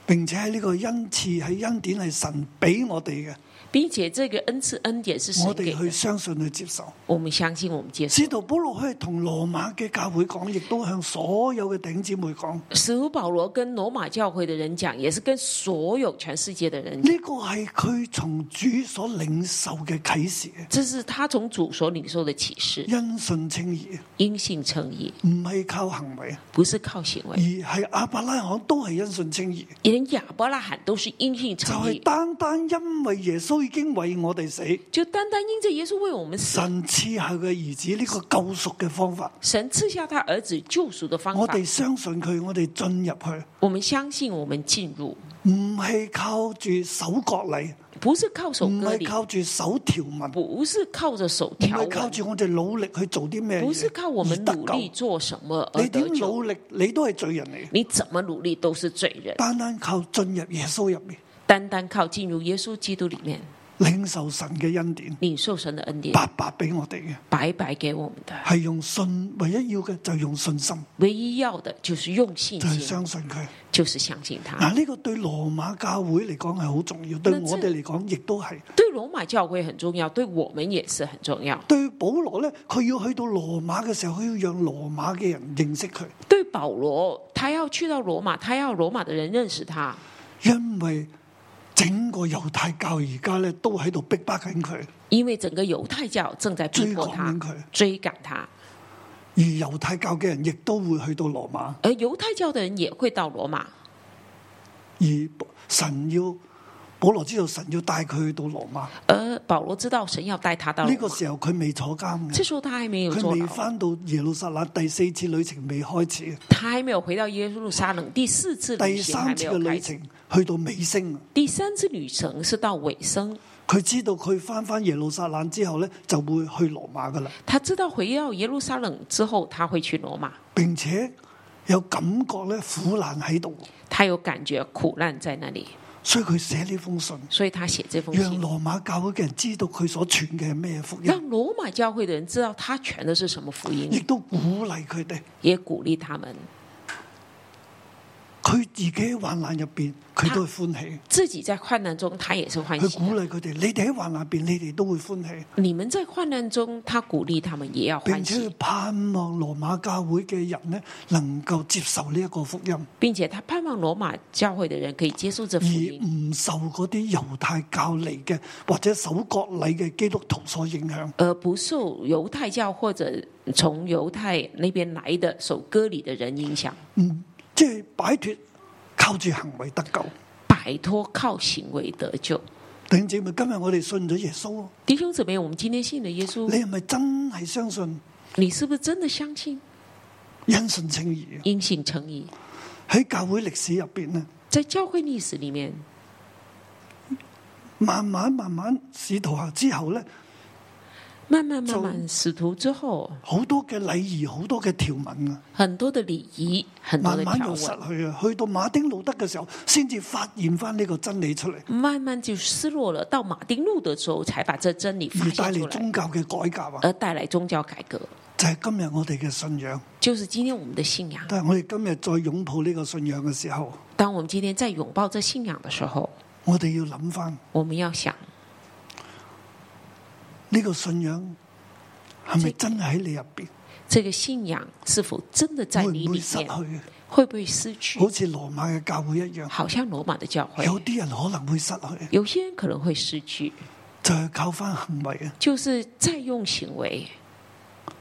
S2: 並且喺呢個恩賜係恩典係神俾我哋嘅，
S3: 并且这个恩赐恩典是神
S2: 我
S3: 给
S2: 哋
S3: 的
S2: 去相信去接受。
S3: 我们相信，我们接受
S2: 使。徒保羅去同羅馬嘅教會講，亦都向所有嘅頂姊妹講，呢
S3: 使徒保罗跟罗马教会的人讲，也是跟所有全世界的人讲，
S2: 個係佢從主所領受嘅啟示嘅，
S3: 这是他从主所领受的启示。
S2: 因信稱義，
S3: 因信称义，
S2: 唔係靠行為，
S3: 不是靠行
S2: 而
S3: 为。
S2: 係亞伯拉罕都係因信稱義，
S3: 连亚伯拉罕都是因信
S2: 就
S3: 称
S2: 係
S3: 义，
S2: 單單因為耶穌已經為我哋死。
S3: 就单单因着耶稣为我们死，
S2: 神賜下佢兒子呢個救贖嘅方法，
S3: 神赐下他儿子救赎的方
S2: 我
S3: 法。
S2: 哋相信佢，我哋進入去，
S3: 我们相信，我们进入，
S2: 唔係靠住守割禮，
S3: 不是靠手
S2: 唔
S3: 割
S2: 係
S3: 礼，
S2: 靠住守條文，唔
S3: 不是靠着手条
S2: 係靠
S3: 文，
S2: 住我哋努力去做啲咩嘢，
S3: 不是靠我们
S2: 而得
S3: 努力
S2: 救。
S3: 做什么而
S2: 你
S3: 得
S2: 點
S3: 救。
S2: 努力，你都係罪人嚟，
S3: 你怎么努力都是罪人，
S2: 單單靠進入耶穌入面，
S3: 单单靠进入耶稣基督里面
S2: 領受神嘅恩典，
S3: 领受神的恩典，
S2: 白白俾我哋嘅，
S3: 白白给我们的。
S2: 係用信，唯一要嘅就用信心，
S3: 唯一要的就是用信
S2: 就係
S3: 心，
S2: 相信佢。
S3: 就是相信他。
S2: 嗱，呢個對羅馬教會嚟講係好重要，對
S3: 那
S2: 我
S3: 這
S2: 哋嚟講亦都係。
S3: 对罗马教会很重要，对我们也是很重要。
S2: 對保羅咧，佢要去到羅馬嘅時候，佢要讓羅馬嘅人認識佢，
S3: 对保罗，他要去到罗马，他要罗马的人认识他，
S2: 因為整個猶太教而家咧都喺度逼迫緊佢，
S3: 因为整个犹太教正在逼
S2: 追
S3: 迫
S2: 趕
S3: 他
S2: 緊、佢，
S3: 追赶他，
S2: 而猶太教嘅人亦都會去到羅馬，
S3: 而犹太教的人也会到罗马。
S2: 而神要保羅知道神要帶佢去到羅馬，
S3: 而呃保罗知道神要带他到
S2: 呢
S3: 罗
S2: 個
S3: 马，
S2: 時候佢未坐監
S3: 这
S2: 嘅，
S3: 时候他还没有
S2: 佢
S3: 坐
S2: 未
S3: 牢，
S2: 翻到耶路撒冷，第四次旅程未開始，
S3: 他还没有回到耶路撒冷。第四次旅
S2: 第
S3: 行还
S2: 三
S3: 没
S2: 次嘅
S3: 有
S2: 旅
S3: 开始，
S2: 程去到尾聲，
S3: 第三次旅程是到尾声。
S2: 佢知道佢翻翻耶路撒冷之後咧就會去羅馬噶啦。
S3: 他知道回到耶路撒冷之后，他会去罗马，
S2: 並且有感覺咧苦難喺度，
S3: 他有感覺苦难在那里，
S2: 所以佢寫呢封信，
S3: 所以他写这封
S2: 讓
S3: 信。
S2: 羅馬教會嘅人知道佢所傳嘅係咩福音，
S3: 让罗马教会的人知道他传的是什么福
S2: 亦
S3: 音，
S2: 都鼓勵佢哋。
S3: 也鼓励他们。
S2: 佢自己喺患難入邊，佢都係歡喜。
S3: 自己在患难中，他也是欢
S2: 佢
S3: 喜的。
S2: 鼓勵佢哋：你哋喺患難入邊，你哋都會歡喜。
S3: 你们在患难中，他鼓励他们也要
S2: 並
S3: 欢
S2: 且
S3: 喜
S2: 佢，盼望羅馬教會嘅人呢，能夠接受呢一個福音，
S3: 并且他盼望罗马教会的人可以接受这
S2: 而
S3: 福音，
S2: 唔受嗰啲猶太教嚟嘅或者守割禮嘅基督徒所影響。
S3: 而不受犹太教或者从犹太那边来的守割礼的人影响，
S2: 嗯，即係擺脱靠住行為得救。
S3: 摆脱靠行为得救。
S2: 弟兄姊妹，今日我哋信咗耶穌，
S3: 弟兄姊妹，我们今天信了耶
S2: 你
S3: 稣，
S2: 係咪真係相信
S3: 你是不是真的相信
S2: 因信稱義？啊
S3: 因信称义？
S2: 喺教會歷史入邊呢，
S3: 在教会历史里面，
S2: 慢慢慢慢使徒行之後呢，
S3: 慢慢慢
S2: 从
S3: 慢使徒之后，
S2: 好多嘅禮儀，好多嘅條文啊，
S3: 很多的礼仪，很多
S2: 慢
S3: 的
S2: 慢
S3: 条
S2: 又失
S3: 文，
S2: 去啊。去到馬丁路德嘅時候，先至發現翻呢個真理出嚟，
S3: 慢慢就失落了。到马丁路德之后，才把这真理发
S2: 而帶
S3: 现出呃
S2: 嚟
S3: 来，
S2: 宗教嘅改革啊，
S3: 而带来宗教改革，
S2: 就係今日我哋嘅信仰。
S3: 就是今天我们的信仰。
S2: 但係我哋今日再擁抱呢個信仰嘅時候，
S3: 当我们今天在拥抱这信仰的时候，
S2: 我哋要諗翻
S3: 我们要想，
S2: 呢個信仰係咪真係喺你入邊？
S3: 这个信仰是否真的在
S2: 會
S3: 你
S2: 唔會
S3: 里
S2: 失去
S3: 面，
S2: 嘅？
S3: 会不会失去？
S2: 好似羅馬嘅教會一樣，
S3: 好像羅馬的教会，
S2: 有啲人可能會失去，啊
S3: 有些人可能会失去，
S2: 就係靠翻行為啊。
S3: 就是再用行为，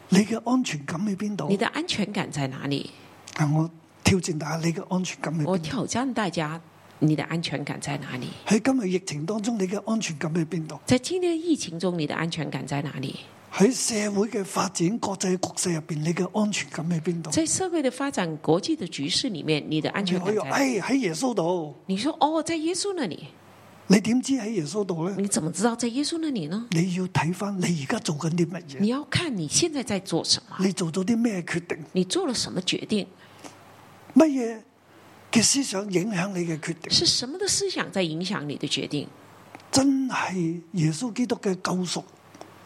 S2: 你嘅安全感喺邊度
S3: 你？的安全感在哪里？
S2: 啊，我挑戰大家，你嘅安全感喺
S3: 我
S2: 邊度？
S3: 挑战大家，你的安全感在哪里？
S2: 喺今日疫情當中，你嘅安全感喺邊度？
S3: 在今天疫情中，你的安全感在哪里？
S2: 喺社會嘅發展、國際局勢入邊，你嘅安全感喺邊度？
S3: 在社会的发展、国际的局势里面，你的安
S2: 你
S3: 全
S2: 可
S3: 感
S2: 以
S3: 在哪？
S2: 誒喺耶穌度，
S3: 你说哦，在耶稣那里，
S2: 你點知喺耶穌度呢？
S3: 你怎么知道在耶稣那里呢？
S2: 你要睇翻你而家做緊啲乜
S3: 你
S2: 嘢？
S3: 要看你现在在做什么，
S2: 你做咗啲咩決定？
S3: 你做了什么决定，
S2: 乜嘢嘅思想影響你嘅決定？
S3: 是什么的思想在影响你的决定？
S2: 真係耶穌基督嘅救贖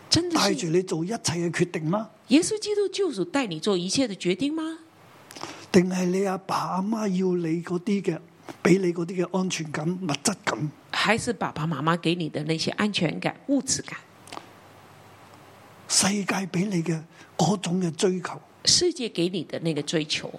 S3: 真的
S2: 帶
S3: 是
S2: 住你做一切嘅決定嗎？
S3: 耶稣基督救主带你做一切的决定吗？
S2: 定係你阿爸阿媽要你嗰啲嘅，俾你嗰啲嘅安全感、物質感？
S3: 还是爸爸妈妈给你的那些安全感、物质感、
S2: 世界俾你嘅嗰種嘅追求，
S3: 世界给你的那个追求？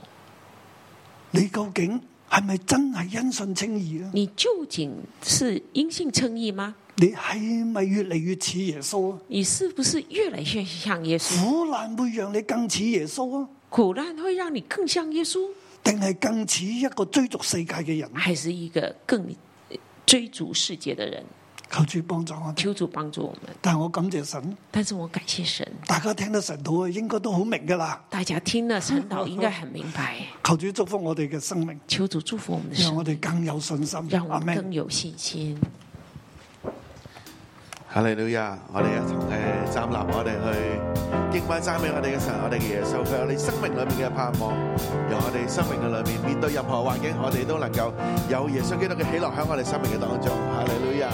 S2: 你究竟係咪真係因信稱義啊？
S3: 你究竟是因信称义吗？
S2: 你係咪越嚟越似耶穌啊？
S3: 你是不是越来越像耶稣？
S2: 苦難會讓你更似耶穌啊？
S3: 苦难会让你更像耶稣，
S2: 定係更似一個追逐世界嘅人？
S3: 还是一个更追逐世界的人？
S2: 求主幫助我哋。
S3: 求主帮助我们。
S2: 但係我感謝神，
S3: 但是我感谢神，
S2: 大家聽得神道啊，應該都好明噶啦。
S3: 大家听了神导应该很明白。
S2: 求主祝福我哋嘅生命，
S3: 求主祝福我们的
S2: 讓
S3: 神，
S2: 我哋更有信心。
S3: 让我
S2: 阿
S3: 们
S2: Man
S3: 更有信心。
S4: 哈利路亞！我哋一啊同嘅呃站立，我哋去敬拜讚美我哋嘅神，我哋嘅耶穌，佢係我哋生命裏面嘅盼望，由我哋生命嘅裏面面對任何環境，我哋都能夠有耶穌基督嘅喜樂喺我哋生命嘅當中。哈利路亞！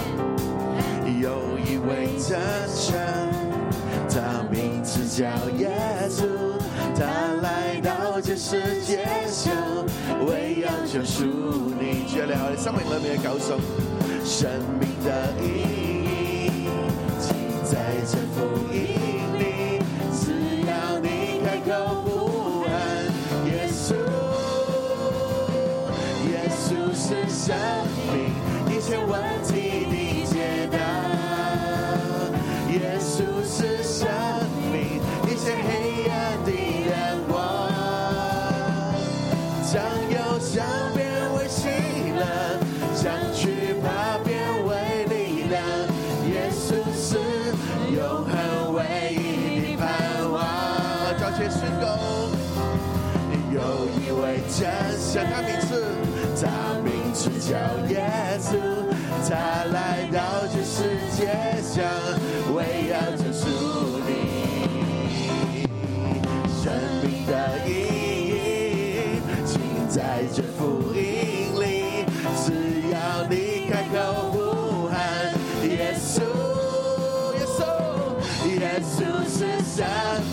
S4: 有一位真神，他名字叫耶穌，他來到這世界上，為要救贖你。主啊，你係我哋生命裏面嘅救贖，生命的意義盡在這福音裡。只要你開口呼喊，耶穌。耶穌是生命一切問題的解答，耶穌是生命一切黑暗的亮光，將憂傷變為喜樂，將懼怕變為力量，耶穌是永恆唯一的盼望。朝前宣告。有一位真神，他名字，他名字叫耶稣，他来到这世界上，为要救赎你。生命的意义尽在这福音里，只要你开口呼喊，耶稣，耶稣，耶稣是生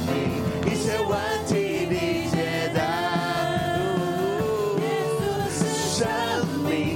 S4: 命一切问题的解答。耶稣是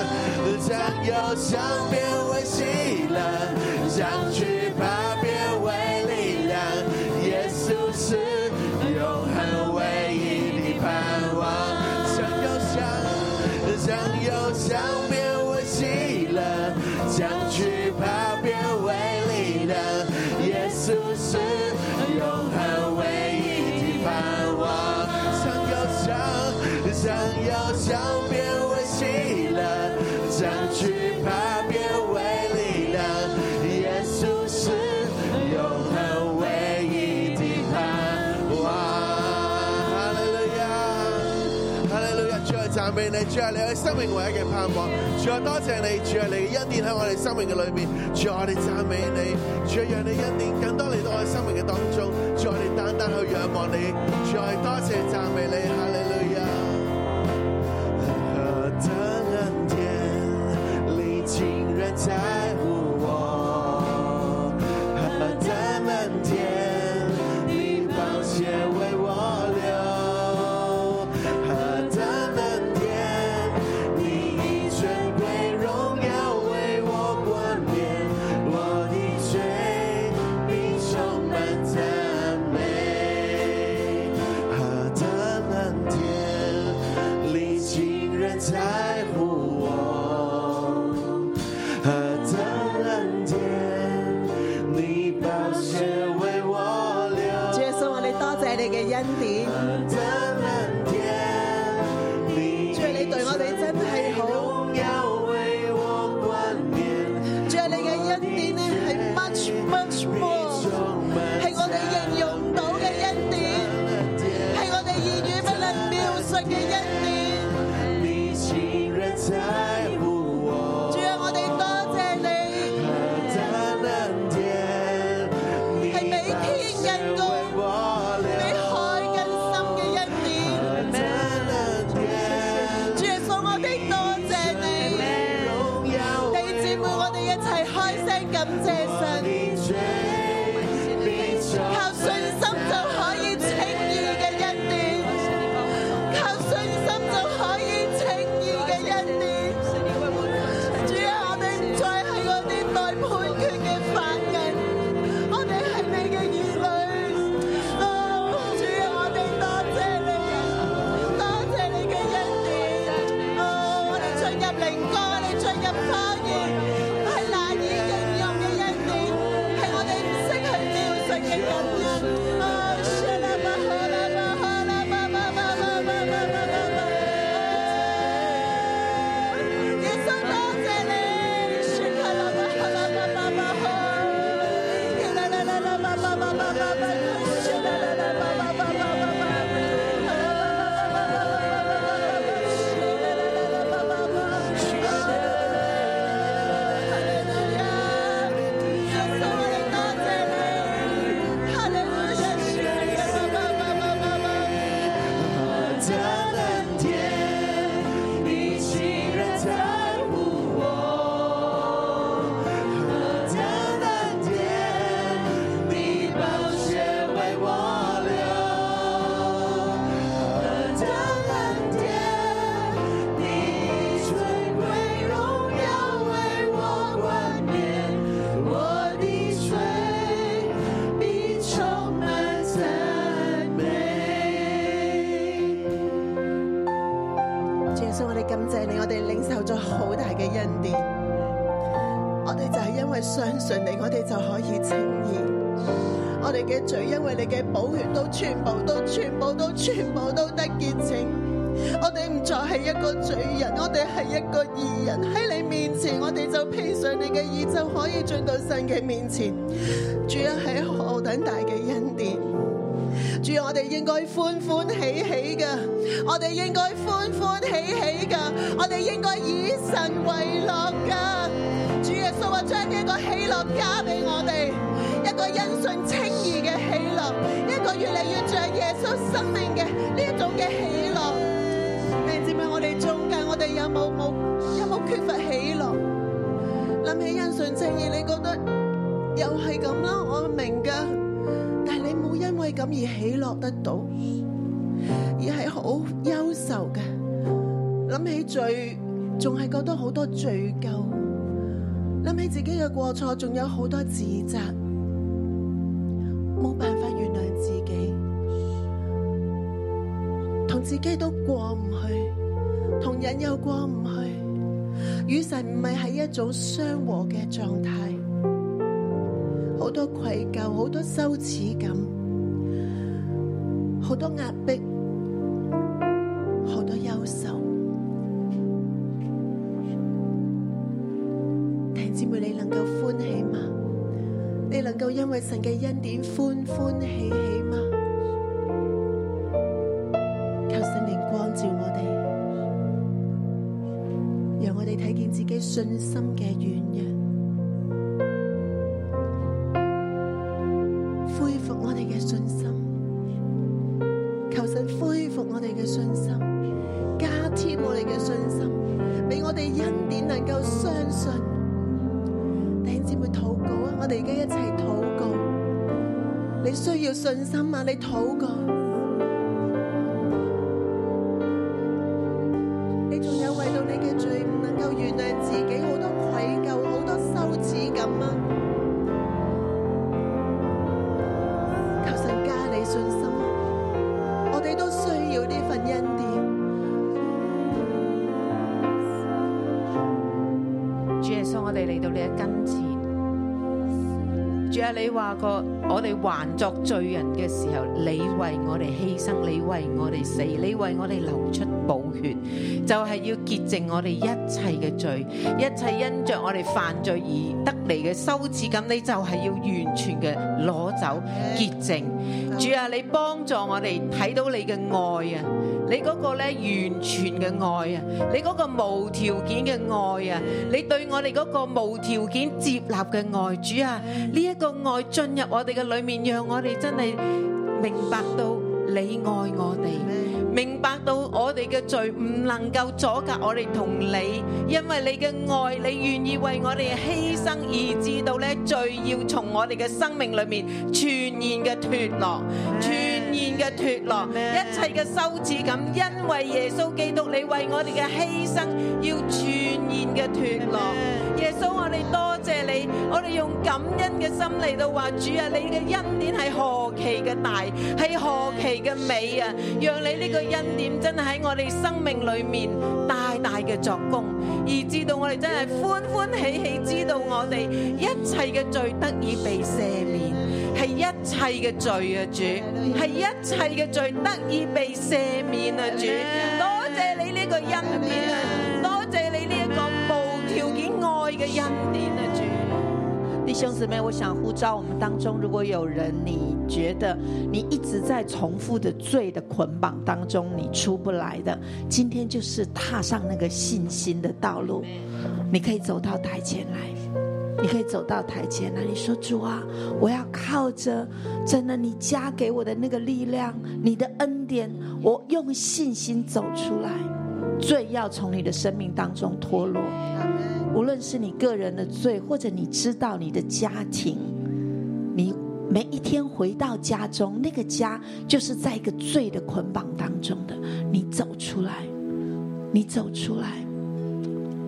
S4: 我想变为喜乐，想惧怕变为力量。耶稣是永恒唯一的盼望。想又想，想又想变为喜乐，想惧怕变为力量。耶稣是永恒唯一的盼望。想又想，想又想变为喜乐，想惧怕变为力量。耶稣是永恒唯一的盼望。哈利路亚，哈利路亚！主啊，赞美你，主啊，你係生命唯一嘅盼望。主啊，多謝你，主啊，你嘅恩典喺我哋生命嘅裏面。主啊，我哋讚美你，主啊，讓你恩典更多嚟到我哋生命嘅當中。主啊，我哋單單去仰望你，主啊，我哋多謝讚美你，哈利路亞。何等恩典，你竟然在乎我？何等恩典，你宝血为我流。何等恩典，你以尊贵荣耀为我冠冕，我的罪必充满赞美。何等恩典，你竟然在乎我。何等恩典，你宝血为我流。
S5: 主耶穌，我哋多謝你嘅恩典，
S4: 何等恩典，你
S5: 主啊你對我哋真係好
S4: 榮耀為我冠冕，
S5: 主啊你嘅恩典咧係 much much more，係我哋形容唔到嘅恩典，係我哋言語不能描述嘅恩典。
S4: 你竟然在乎我。
S5: 主啊，我哋多謝你，
S4: 何等恩典，你
S5: 係比天更高
S4: 為我
S5: 比海更深嘅恩典。
S4: 何等恩典。
S5: 主耶穌，我哋多謝你，弟兄姊妹，我哋一齊開聲感謝神，靠信心就可以稱義嘅恩典，靠信心就可以稱義嘅恩典。主啊，我哋唔再係嗰啲待判決嘅犯人，我哋係你嘅兒女。啊，主啊，我哋多謝你，多謝你嘅恩典。啊，我哋進入靈歌，我哋進入花園，係難以形容嘅恩典，係我哋唔識去描述嘅恩典。啊，謝啦吧，好啦吧，好啦吧，吧吧吧吧吧吧吧。耶穌多謝你，説佢啦啦啦啦啦啦啦好，啦啦啦啦啦啦啦啦啦啦，説啦啦啦啦啦啦啦啦啦，耶穌我哋多謝你，哈利路亞，説啦啦啦啦啦啦啦。
S4: 的恩典，你竟然在乎我；何等恩典，你宝血为我流；何等恩典，你尊贵荣耀为我冠冕，我的罪必充满赞美。
S5: 主耶稣，我哋感谢你，我哋领受咗好大嘅恩典，我哋就系因为相信你，我哋就可以称义，我哋嘅罪因为你嘅宝血都全部都全部都全部都得洁净，我哋唔再系一个罪人，我哋系一个义人喺你面前，我哋就披上你嘅义，就可以进到神嘅面前。主啊，系何等大嘅恩典！主啊我哋應該歡歡喜喜嘅，我哋應該歡歡喜喜嘅，我哋應該以神為樂噶。主耶穌話將呢一個喜樂加俾我哋，一個因信稱義嘅喜樂，一個越嚟越像耶穌生命嘅呢一種嘅喜樂。弟兄姊妹，我哋中間我哋有冇冇有冇缺乏喜樂？諗起因信稱義，你覺得又係咁啦？我明㗎。但系你冇因为咁而喜乐得到，而系好忧愁嘅。谂起罪，仲系觉得好多罪疚，諗起自己嘅過錯，仲有好多自責，冇辦法原諒自己，同自己都過唔去，同人又過唔去，與神唔係喺一種相和嘅狀態，好多愧疚，好多羞恥感，好多壓迫，好多憂愁。弟兄姊妹，你能夠歡喜嗎？你能夠因為神嘅恩典歡歡喜喜嗎？求聖靈光照我哋，讓我哋睇見自己信心嘅軟弱，恢復我哋嘅信心。求神恢復我哋嘅信心，加添我哋嘅信心，俾我哋恩典能夠相信。弟兄姊妹禱告啊！我哋而家一齊禱告。你需要信心啊！你禱告，你仲有為到你嘅罪唔能夠原諒自己，好多愧疚，好多羞恥感啊！求神加你信心啊！我哋都需要呢份恩典。
S6: 主耶穌，我哋嚟到你嘅跟前。主啊，你話過我哋還作罪人嘅時候，你為我哋犧牲，你為我哋死，你為我哋流出寶血，就係、要潔淨我哋一切嘅罪，一切因着我哋犯罪而得嚟嘅羞恥感，你就係要完全嘅攞走潔淨。主啊，你幫助我哋睇到你嘅愛啊！你嗰個咧完全嘅愛啊，你嗰個無條件嘅愛啊，你對我哋嗰個無條件接納嘅愛，主啊，呢、一個愛進入我哋嘅裏面，讓我哋真係明白到你愛我哋，明白到我哋嘅罪唔能夠阻隔我哋同你，因為你嘅愛，你願意為我哋犧牲，以至到咧罪要從我哋嘅生命裏面全然嘅脫落，全然嘅脫落，一切嘅羞恥感，因為耶穌基督你為我哋嘅犧牲，要全然嘅脫落。耶穌，我哋多謝你，我哋用感恩嘅心嚟到話主啊，你嘅恩典係何其嘅大，係何其嘅美啊！讓你呢個恩典真係喺我哋生命裏面大大嘅作工，而至到我哋真係歡歡喜喜，知道我哋一切嘅罪得以被赦免。係一切嘅罪啊，主，係一切嘅罪得以被赦免啊，主，多謝你呢個恩典啊，多謝你呢一個無條件愛嘅恩典啊，主。
S7: 弟兄姊妹，我想呼召我们当中，如果有人你觉得你一直在重复的罪的捆绑当中，你出不来的，今天就是踏上那个信心的道路，你可以走到台前来。你可以走到台前来，你说主啊，我要靠着真的你加给我的那个力量，你的恩典，我用信心走出来，罪要从你的生命当中脱落。无论是你个人的罪，或者你知道你的家庭，你每一天回到家中，那个家就是在一个罪的捆绑当中的，你走出来，你走出来。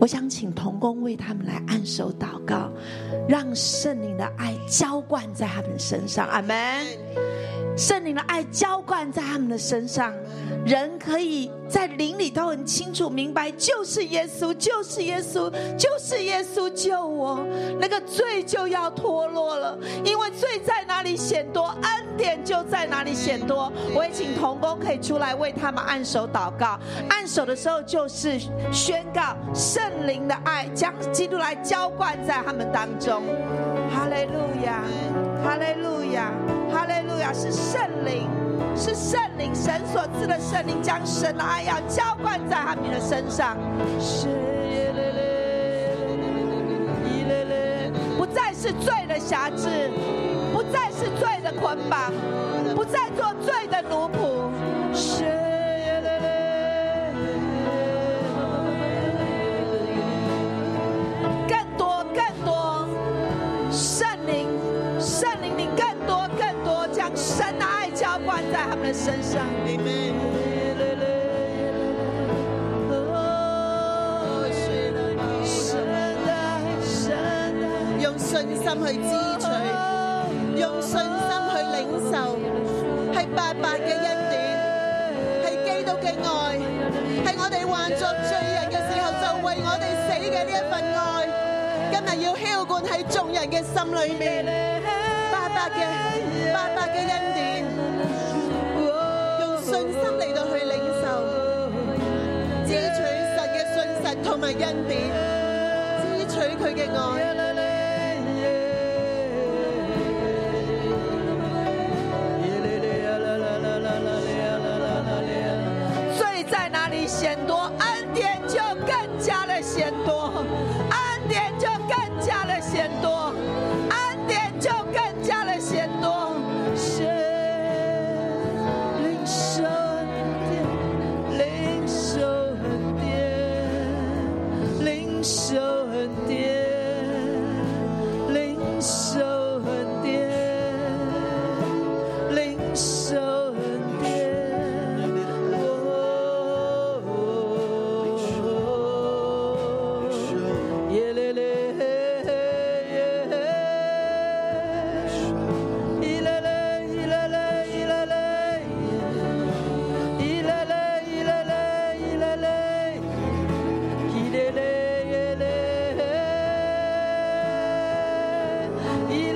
S7: 我想请童工为他们来按手祷告，让圣灵的爱浇灌在他们身上。阿门。圣灵的爱浇灌在他们的身上，人可以在灵里头很清楚明白，就是耶稣，就是耶稣，就是耶稣救我，那个罪就要脱落了，因为罪在哪里显多，恩典就在哪里显多。我也请童工可以出来为他们按手祷告，按手的时候就是宣告圣灵的爱将基督来浇灌在他们当中。哈利路亚，哈利路亚，哈利路亚！是圣灵，是圣灵，神所赐的圣灵将神的爱要浇灌在他们的身上。是耶嘞嘞耶嘞嘞不再是罪的辖制，不再是罪的捆绑，不再做罪的奴仆。是耶嘞嘞更多，更多。圣灵，圣灵，你更多更多将神的爱浇灌在他们的身上。哦神的爱，神
S5: 信心去支取，用信心去領受，係白白嘅恩典，係基督嘅愛，係我哋還作罪人嘅時候就為我哋死嘅呢一份愛，今日要澆灌喺眾人嘅心裏面，白白嘅白白嘅恩典，用信心嚟到去領受，支取神嘅信實同埋恩典。支取佢嘅愛。
S7: 罪在哪里显多，恩典就更加的显多，啊恩典就更加的显多，恩典就更加的显多。神领受恩典，领受恩典，领受恩典，领受恩典，领受恩典。耶嘞嘞，耶嘞嘞，耶嘞嘞，耶嘞嘞，耶嘞嘞，耶嘞嘞，耶嘞嘞，耶嘞嘞，耶嘞嘞，耶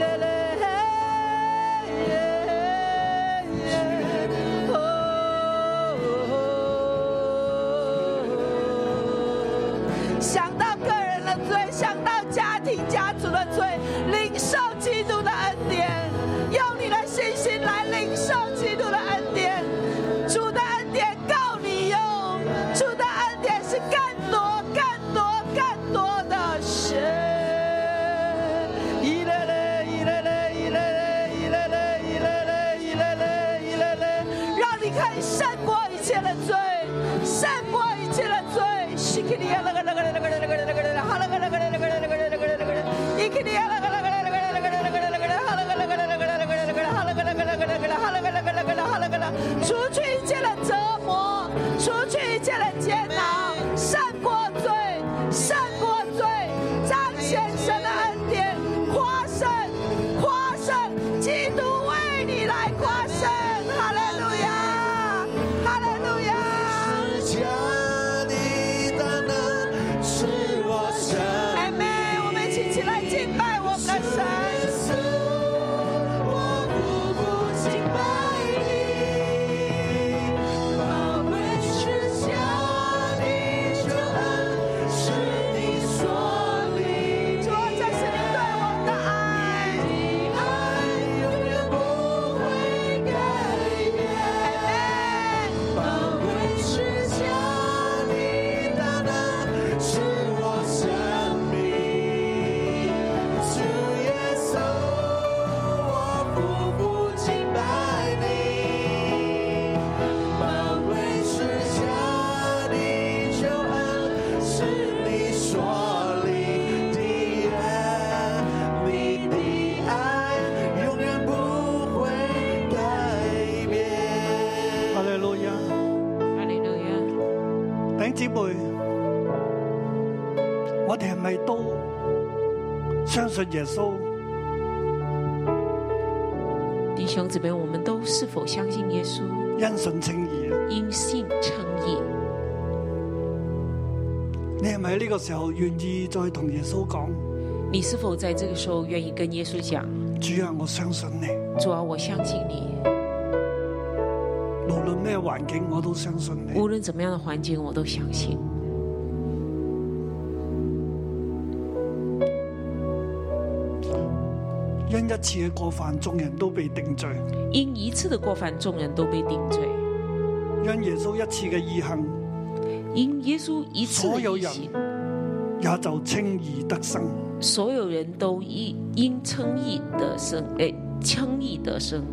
S7: 嘞嘞，Oh. 哦，想到个人的罪，想到家庭家族的罪，领受基督的恩典，用你的信心来领受基督的恩典。主的恩典够你用，主的恩典是更多、更多、更多的神。依嘞嘞，依嘞嘞，依嘞嘞，依嘞嘞，依嘞嘞，依嘞嘞，依嘞嘞，让你可以胜过一切的罪，胜过一切的罪。西克里亚那个那个那个那个那个那个，哈那个那个那个那个那个那个那个，伊克里亚那个那个那个那个那个那个那个，哈那个那个那个那个那个，哈那个那个那个那个，哈那个那个那个，哈那个那个，除去一切的折磨，除去一切的煎熬，胜过罪，胜过罪，彰显神的恩典，夸胜，夸胜，基督为你来夸胜，哈利路亚，哈利路亚。
S4: 是家的大能，是我生
S7: 阿妹，我们一起起来敬拜我们的神。
S4: 命，我步步敬拜你。宝贝是家的救恩，是你所立
S7: 主，这是你对我们的爱。
S4: 的爱，永远不会改变。
S7: 阿妹，
S4: 宝贵是家的大能，是我生命。主耶稣，我步步敬拜你。宝贵是家的救恩，是你所立的爱，你的爱永远不会改变。
S2: 阿利路亞。
S3: 哈利路亚。
S2: 弟兄姊妹，我哋系咪都相信耶穌？
S3: 弟兄姊妹，我们都是否相信耶稣
S2: 因信稱義？啊
S3: 因信称义？
S2: 你係咪喺呢個時候願意再同耶穌講？
S3: 你是否在这个时候愿意跟耶稣讲：
S2: 主啊，我相信你，
S3: 主啊，我相信你，
S2: 無論咩環境我都相信你
S3: 无。论怎么样的环境，我都相信。
S2: 因一次嘅過犯，眾人都被定罪；
S3: 因一次的过犯，众人都被定罪；
S2: 因耶穌一次嘅義行，
S3: 因耶稣一次的义行，
S2: 也就稱義得生。
S3: 所有人都因因称义得生，哎，称义得生。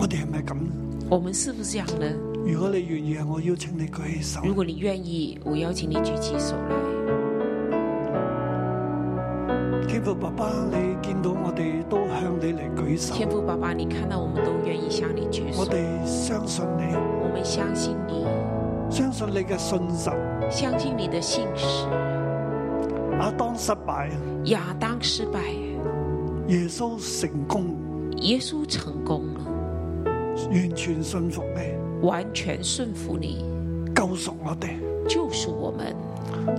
S2: 我哋係咪咁呢？
S3: 我们是不是这样呢？
S2: 如果你願意，我邀請你舉起手。
S3: 如果你愿意，我邀请你举起手来。
S2: 天父爸爸，你見到我哋都向你嚟舉
S3: 天
S2: 手，
S3: 父爸爸，你看到我们都愿意向你举手
S2: 我，哋相信你。
S3: 我们相信你，
S2: 相信你嘅信啊實。
S3: 相信你的信实。
S2: 阿當失敗，
S3: 亚当失败，
S2: 耶穌成功，
S3: 耶稣成功了，
S2: 完全信服你，
S3: 完全顺服你，
S2: 救贖我哋。
S3: 救赎我们。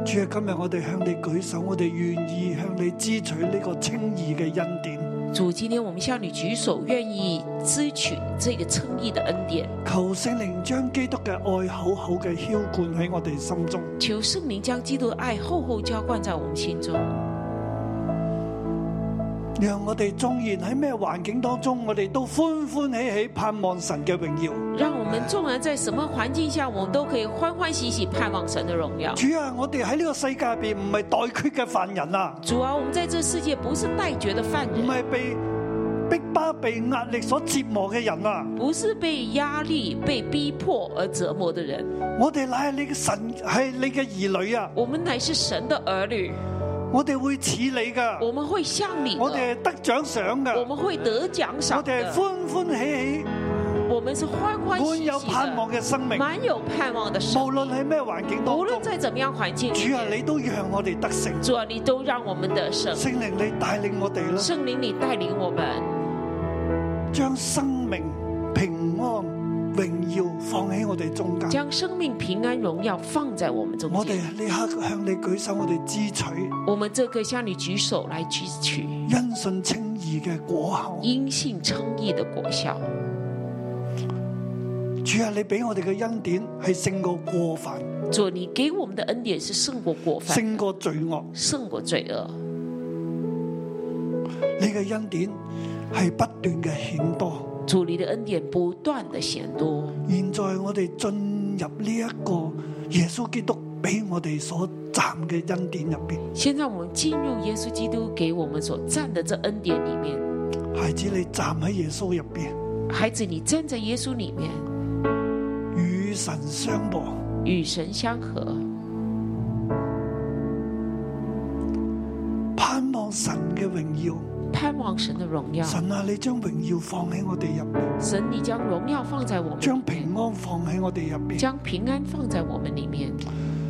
S2: 主啊，今日我哋向你舉手，我哋願意向你支取呢個清義嘅恩典，
S3: 主，今天我们向你举手，愿意支取这个称义的恩典。
S2: 求聖靈將基督嘅愛厚厚嘅浇灌喺我哋心中。
S3: 求圣灵将基督的爱厚厚浇灌在我们心中，
S2: 让我哋纵然喺咩环境当中，我哋都欢欢喜喜盼望神嘅荣耀。
S3: 让我们纵然在什么环境下，我们都可以欢欢喜喜盼望神的荣耀。
S2: 主啊，我哋喺呢个世界入边唔系待缺嘅犯人啊，
S3: 主啊，我们在这世界不是待绝的犯
S2: 唔
S3: 人，
S2: 系被逼巴、被压力所折磨嘅人啊，
S3: 不是被压力、被逼迫而折磨的人，
S2: 我哋乃系你嘅神，系你嘅儿女啊，
S3: 我们乃是神的儿女，
S2: 我哋会似你噶，
S3: 我们会像你
S2: 我哋
S3: 的，
S2: 系得奖赏噶，
S3: 我们会得奖赏
S2: 我哋
S3: 的
S2: 系，欢欢喜喜、
S3: 我们是欢欢
S2: 满
S3: 喜
S2: 有
S3: 喜
S2: 盼望
S3: 的，
S2: 嘅生命，
S3: 满有盼望的生
S2: 无论喺咩环境当
S3: 无论
S2: 中，
S3: 在怎么样环境里
S2: 主啊，
S3: 面，
S2: 你都让我哋得胜，
S3: 主啊，你都让我们得胜。
S2: 圣灵你带领我哋啦。
S3: 圣灵，你带领我们，
S2: 将生命、平安、荣耀放喺我哋中间。
S3: 将生命、平安、荣耀放在我们中
S2: 我哋
S3: 间。
S2: 呢刻向你举手，我哋支取
S3: 我们这个向你举手来支取
S2: 因信称义嘅果效。
S3: 因信称义的果效。
S2: 主啊，你俾我哋嘅恩典系胜过过犯，
S3: 主，啊你给我们的恩典是胜过过犯，
S2: 胜过罪恶。
S3: 胜过罪恶。
S2: 你嘅恩典系不断嘅显多。
S3: 主，你的恩典不断的显多。
S2: 现在我哋进入呢一个耶稣基督俾我哋所站嘅恩典入边，
S3: 现在我们进入耶稣基督给我们所占的这恩典里面，
S2: 孩子你站喺耶稣入边，
S3: 孩子，你站在耶稣里面，
S2: 与神相和。
S3: 与神相合，
S2: 盼望神嘅荣耀，
S3: 盼望神的荣耀。
S2: 神啊，你将荣耀放喺我哋入边。
S3: 神，你将荣耀放在我们里
S2: 将
S3: 面，
S2: 平安放喺我哋入边，
S3: 将平安放在我们里面。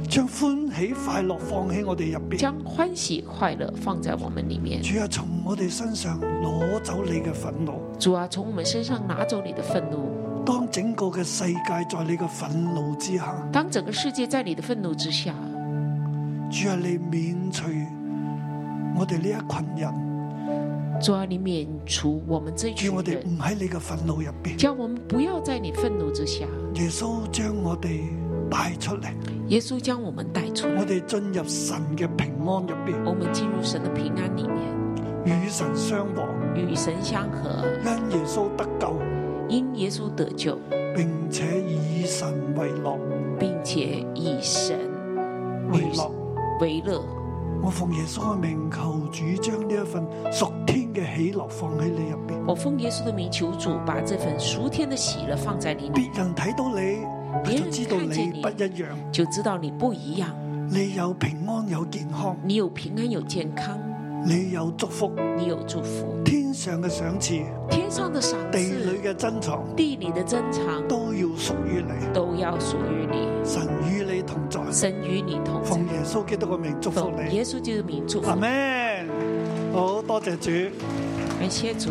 S2: 将欢喜快乐放喺我哋入边。
S3: 将欢喜快乐放在我们里面。
S2: 主啊，从我哋身上攞走你嘅愤怒。
S3: 主啊，从我们身上拿走你的愤怒。
S2: 当整个嘅世界在你嘅愤怒之下，
S3: 当整个世界在你的愤怒之下，
S2: 主啊，你免除我哋呢一群人，
S3: 主啊，你免除我们这群
S2: 叫我哋
S3: 人，
S2: 唔喺你嘅愤怒入边。
S3: 叫我们不要在你愤怒之下。
S2: 耶稣将我哋带出嚟，
S3: 耶稣将我们带出
S2: 我
S3: 来，
S2: 哋进入神嘅平安入边，
S3: 我们进入神的平安里面，
S2: 与神相和，
S3: 与神相合，
S2: 因耶稣得救，
S3: 因耶稣得救，
S2: 并且以神为乐
S3: 并且以神
S2: 为乐。
S3: 为乐。
S2: 我奉耶稣嘅名求主将呢一份属天嘅喜乐放喺你入边，
S3: 我奉耶稣的名求主，把这份属天的喜乐放在你里，
S2: 别人睇到你，
S3: 别
S2: 佢就
S3: 人
S2: 知道
S3: 看見
S2: 你
S3: 你
S2: 不一样，
S3: 就知道你不一样，
S2: 你有平安有健康，
S3: 你有平安，有健康，
S2: 你有祝福，
S3: 你有祝福。
S2: 天上嘅赏赐，
S3: 天上的赏
S2: 地里
S3: 赐，
S2: 嘅珍藏
S3: 地里的珍藏，
S2: 都要属于你，
S3: 都要属于你。
S2: 神与你同在，
S3: 神与你同在
S2: 奉。耶稣基督嘅名祝福
S3: 奉
S2: 你，
S3: 耶稣基督的名祝福
S2: 阿，门。好多谢主。
S3: 感谢主。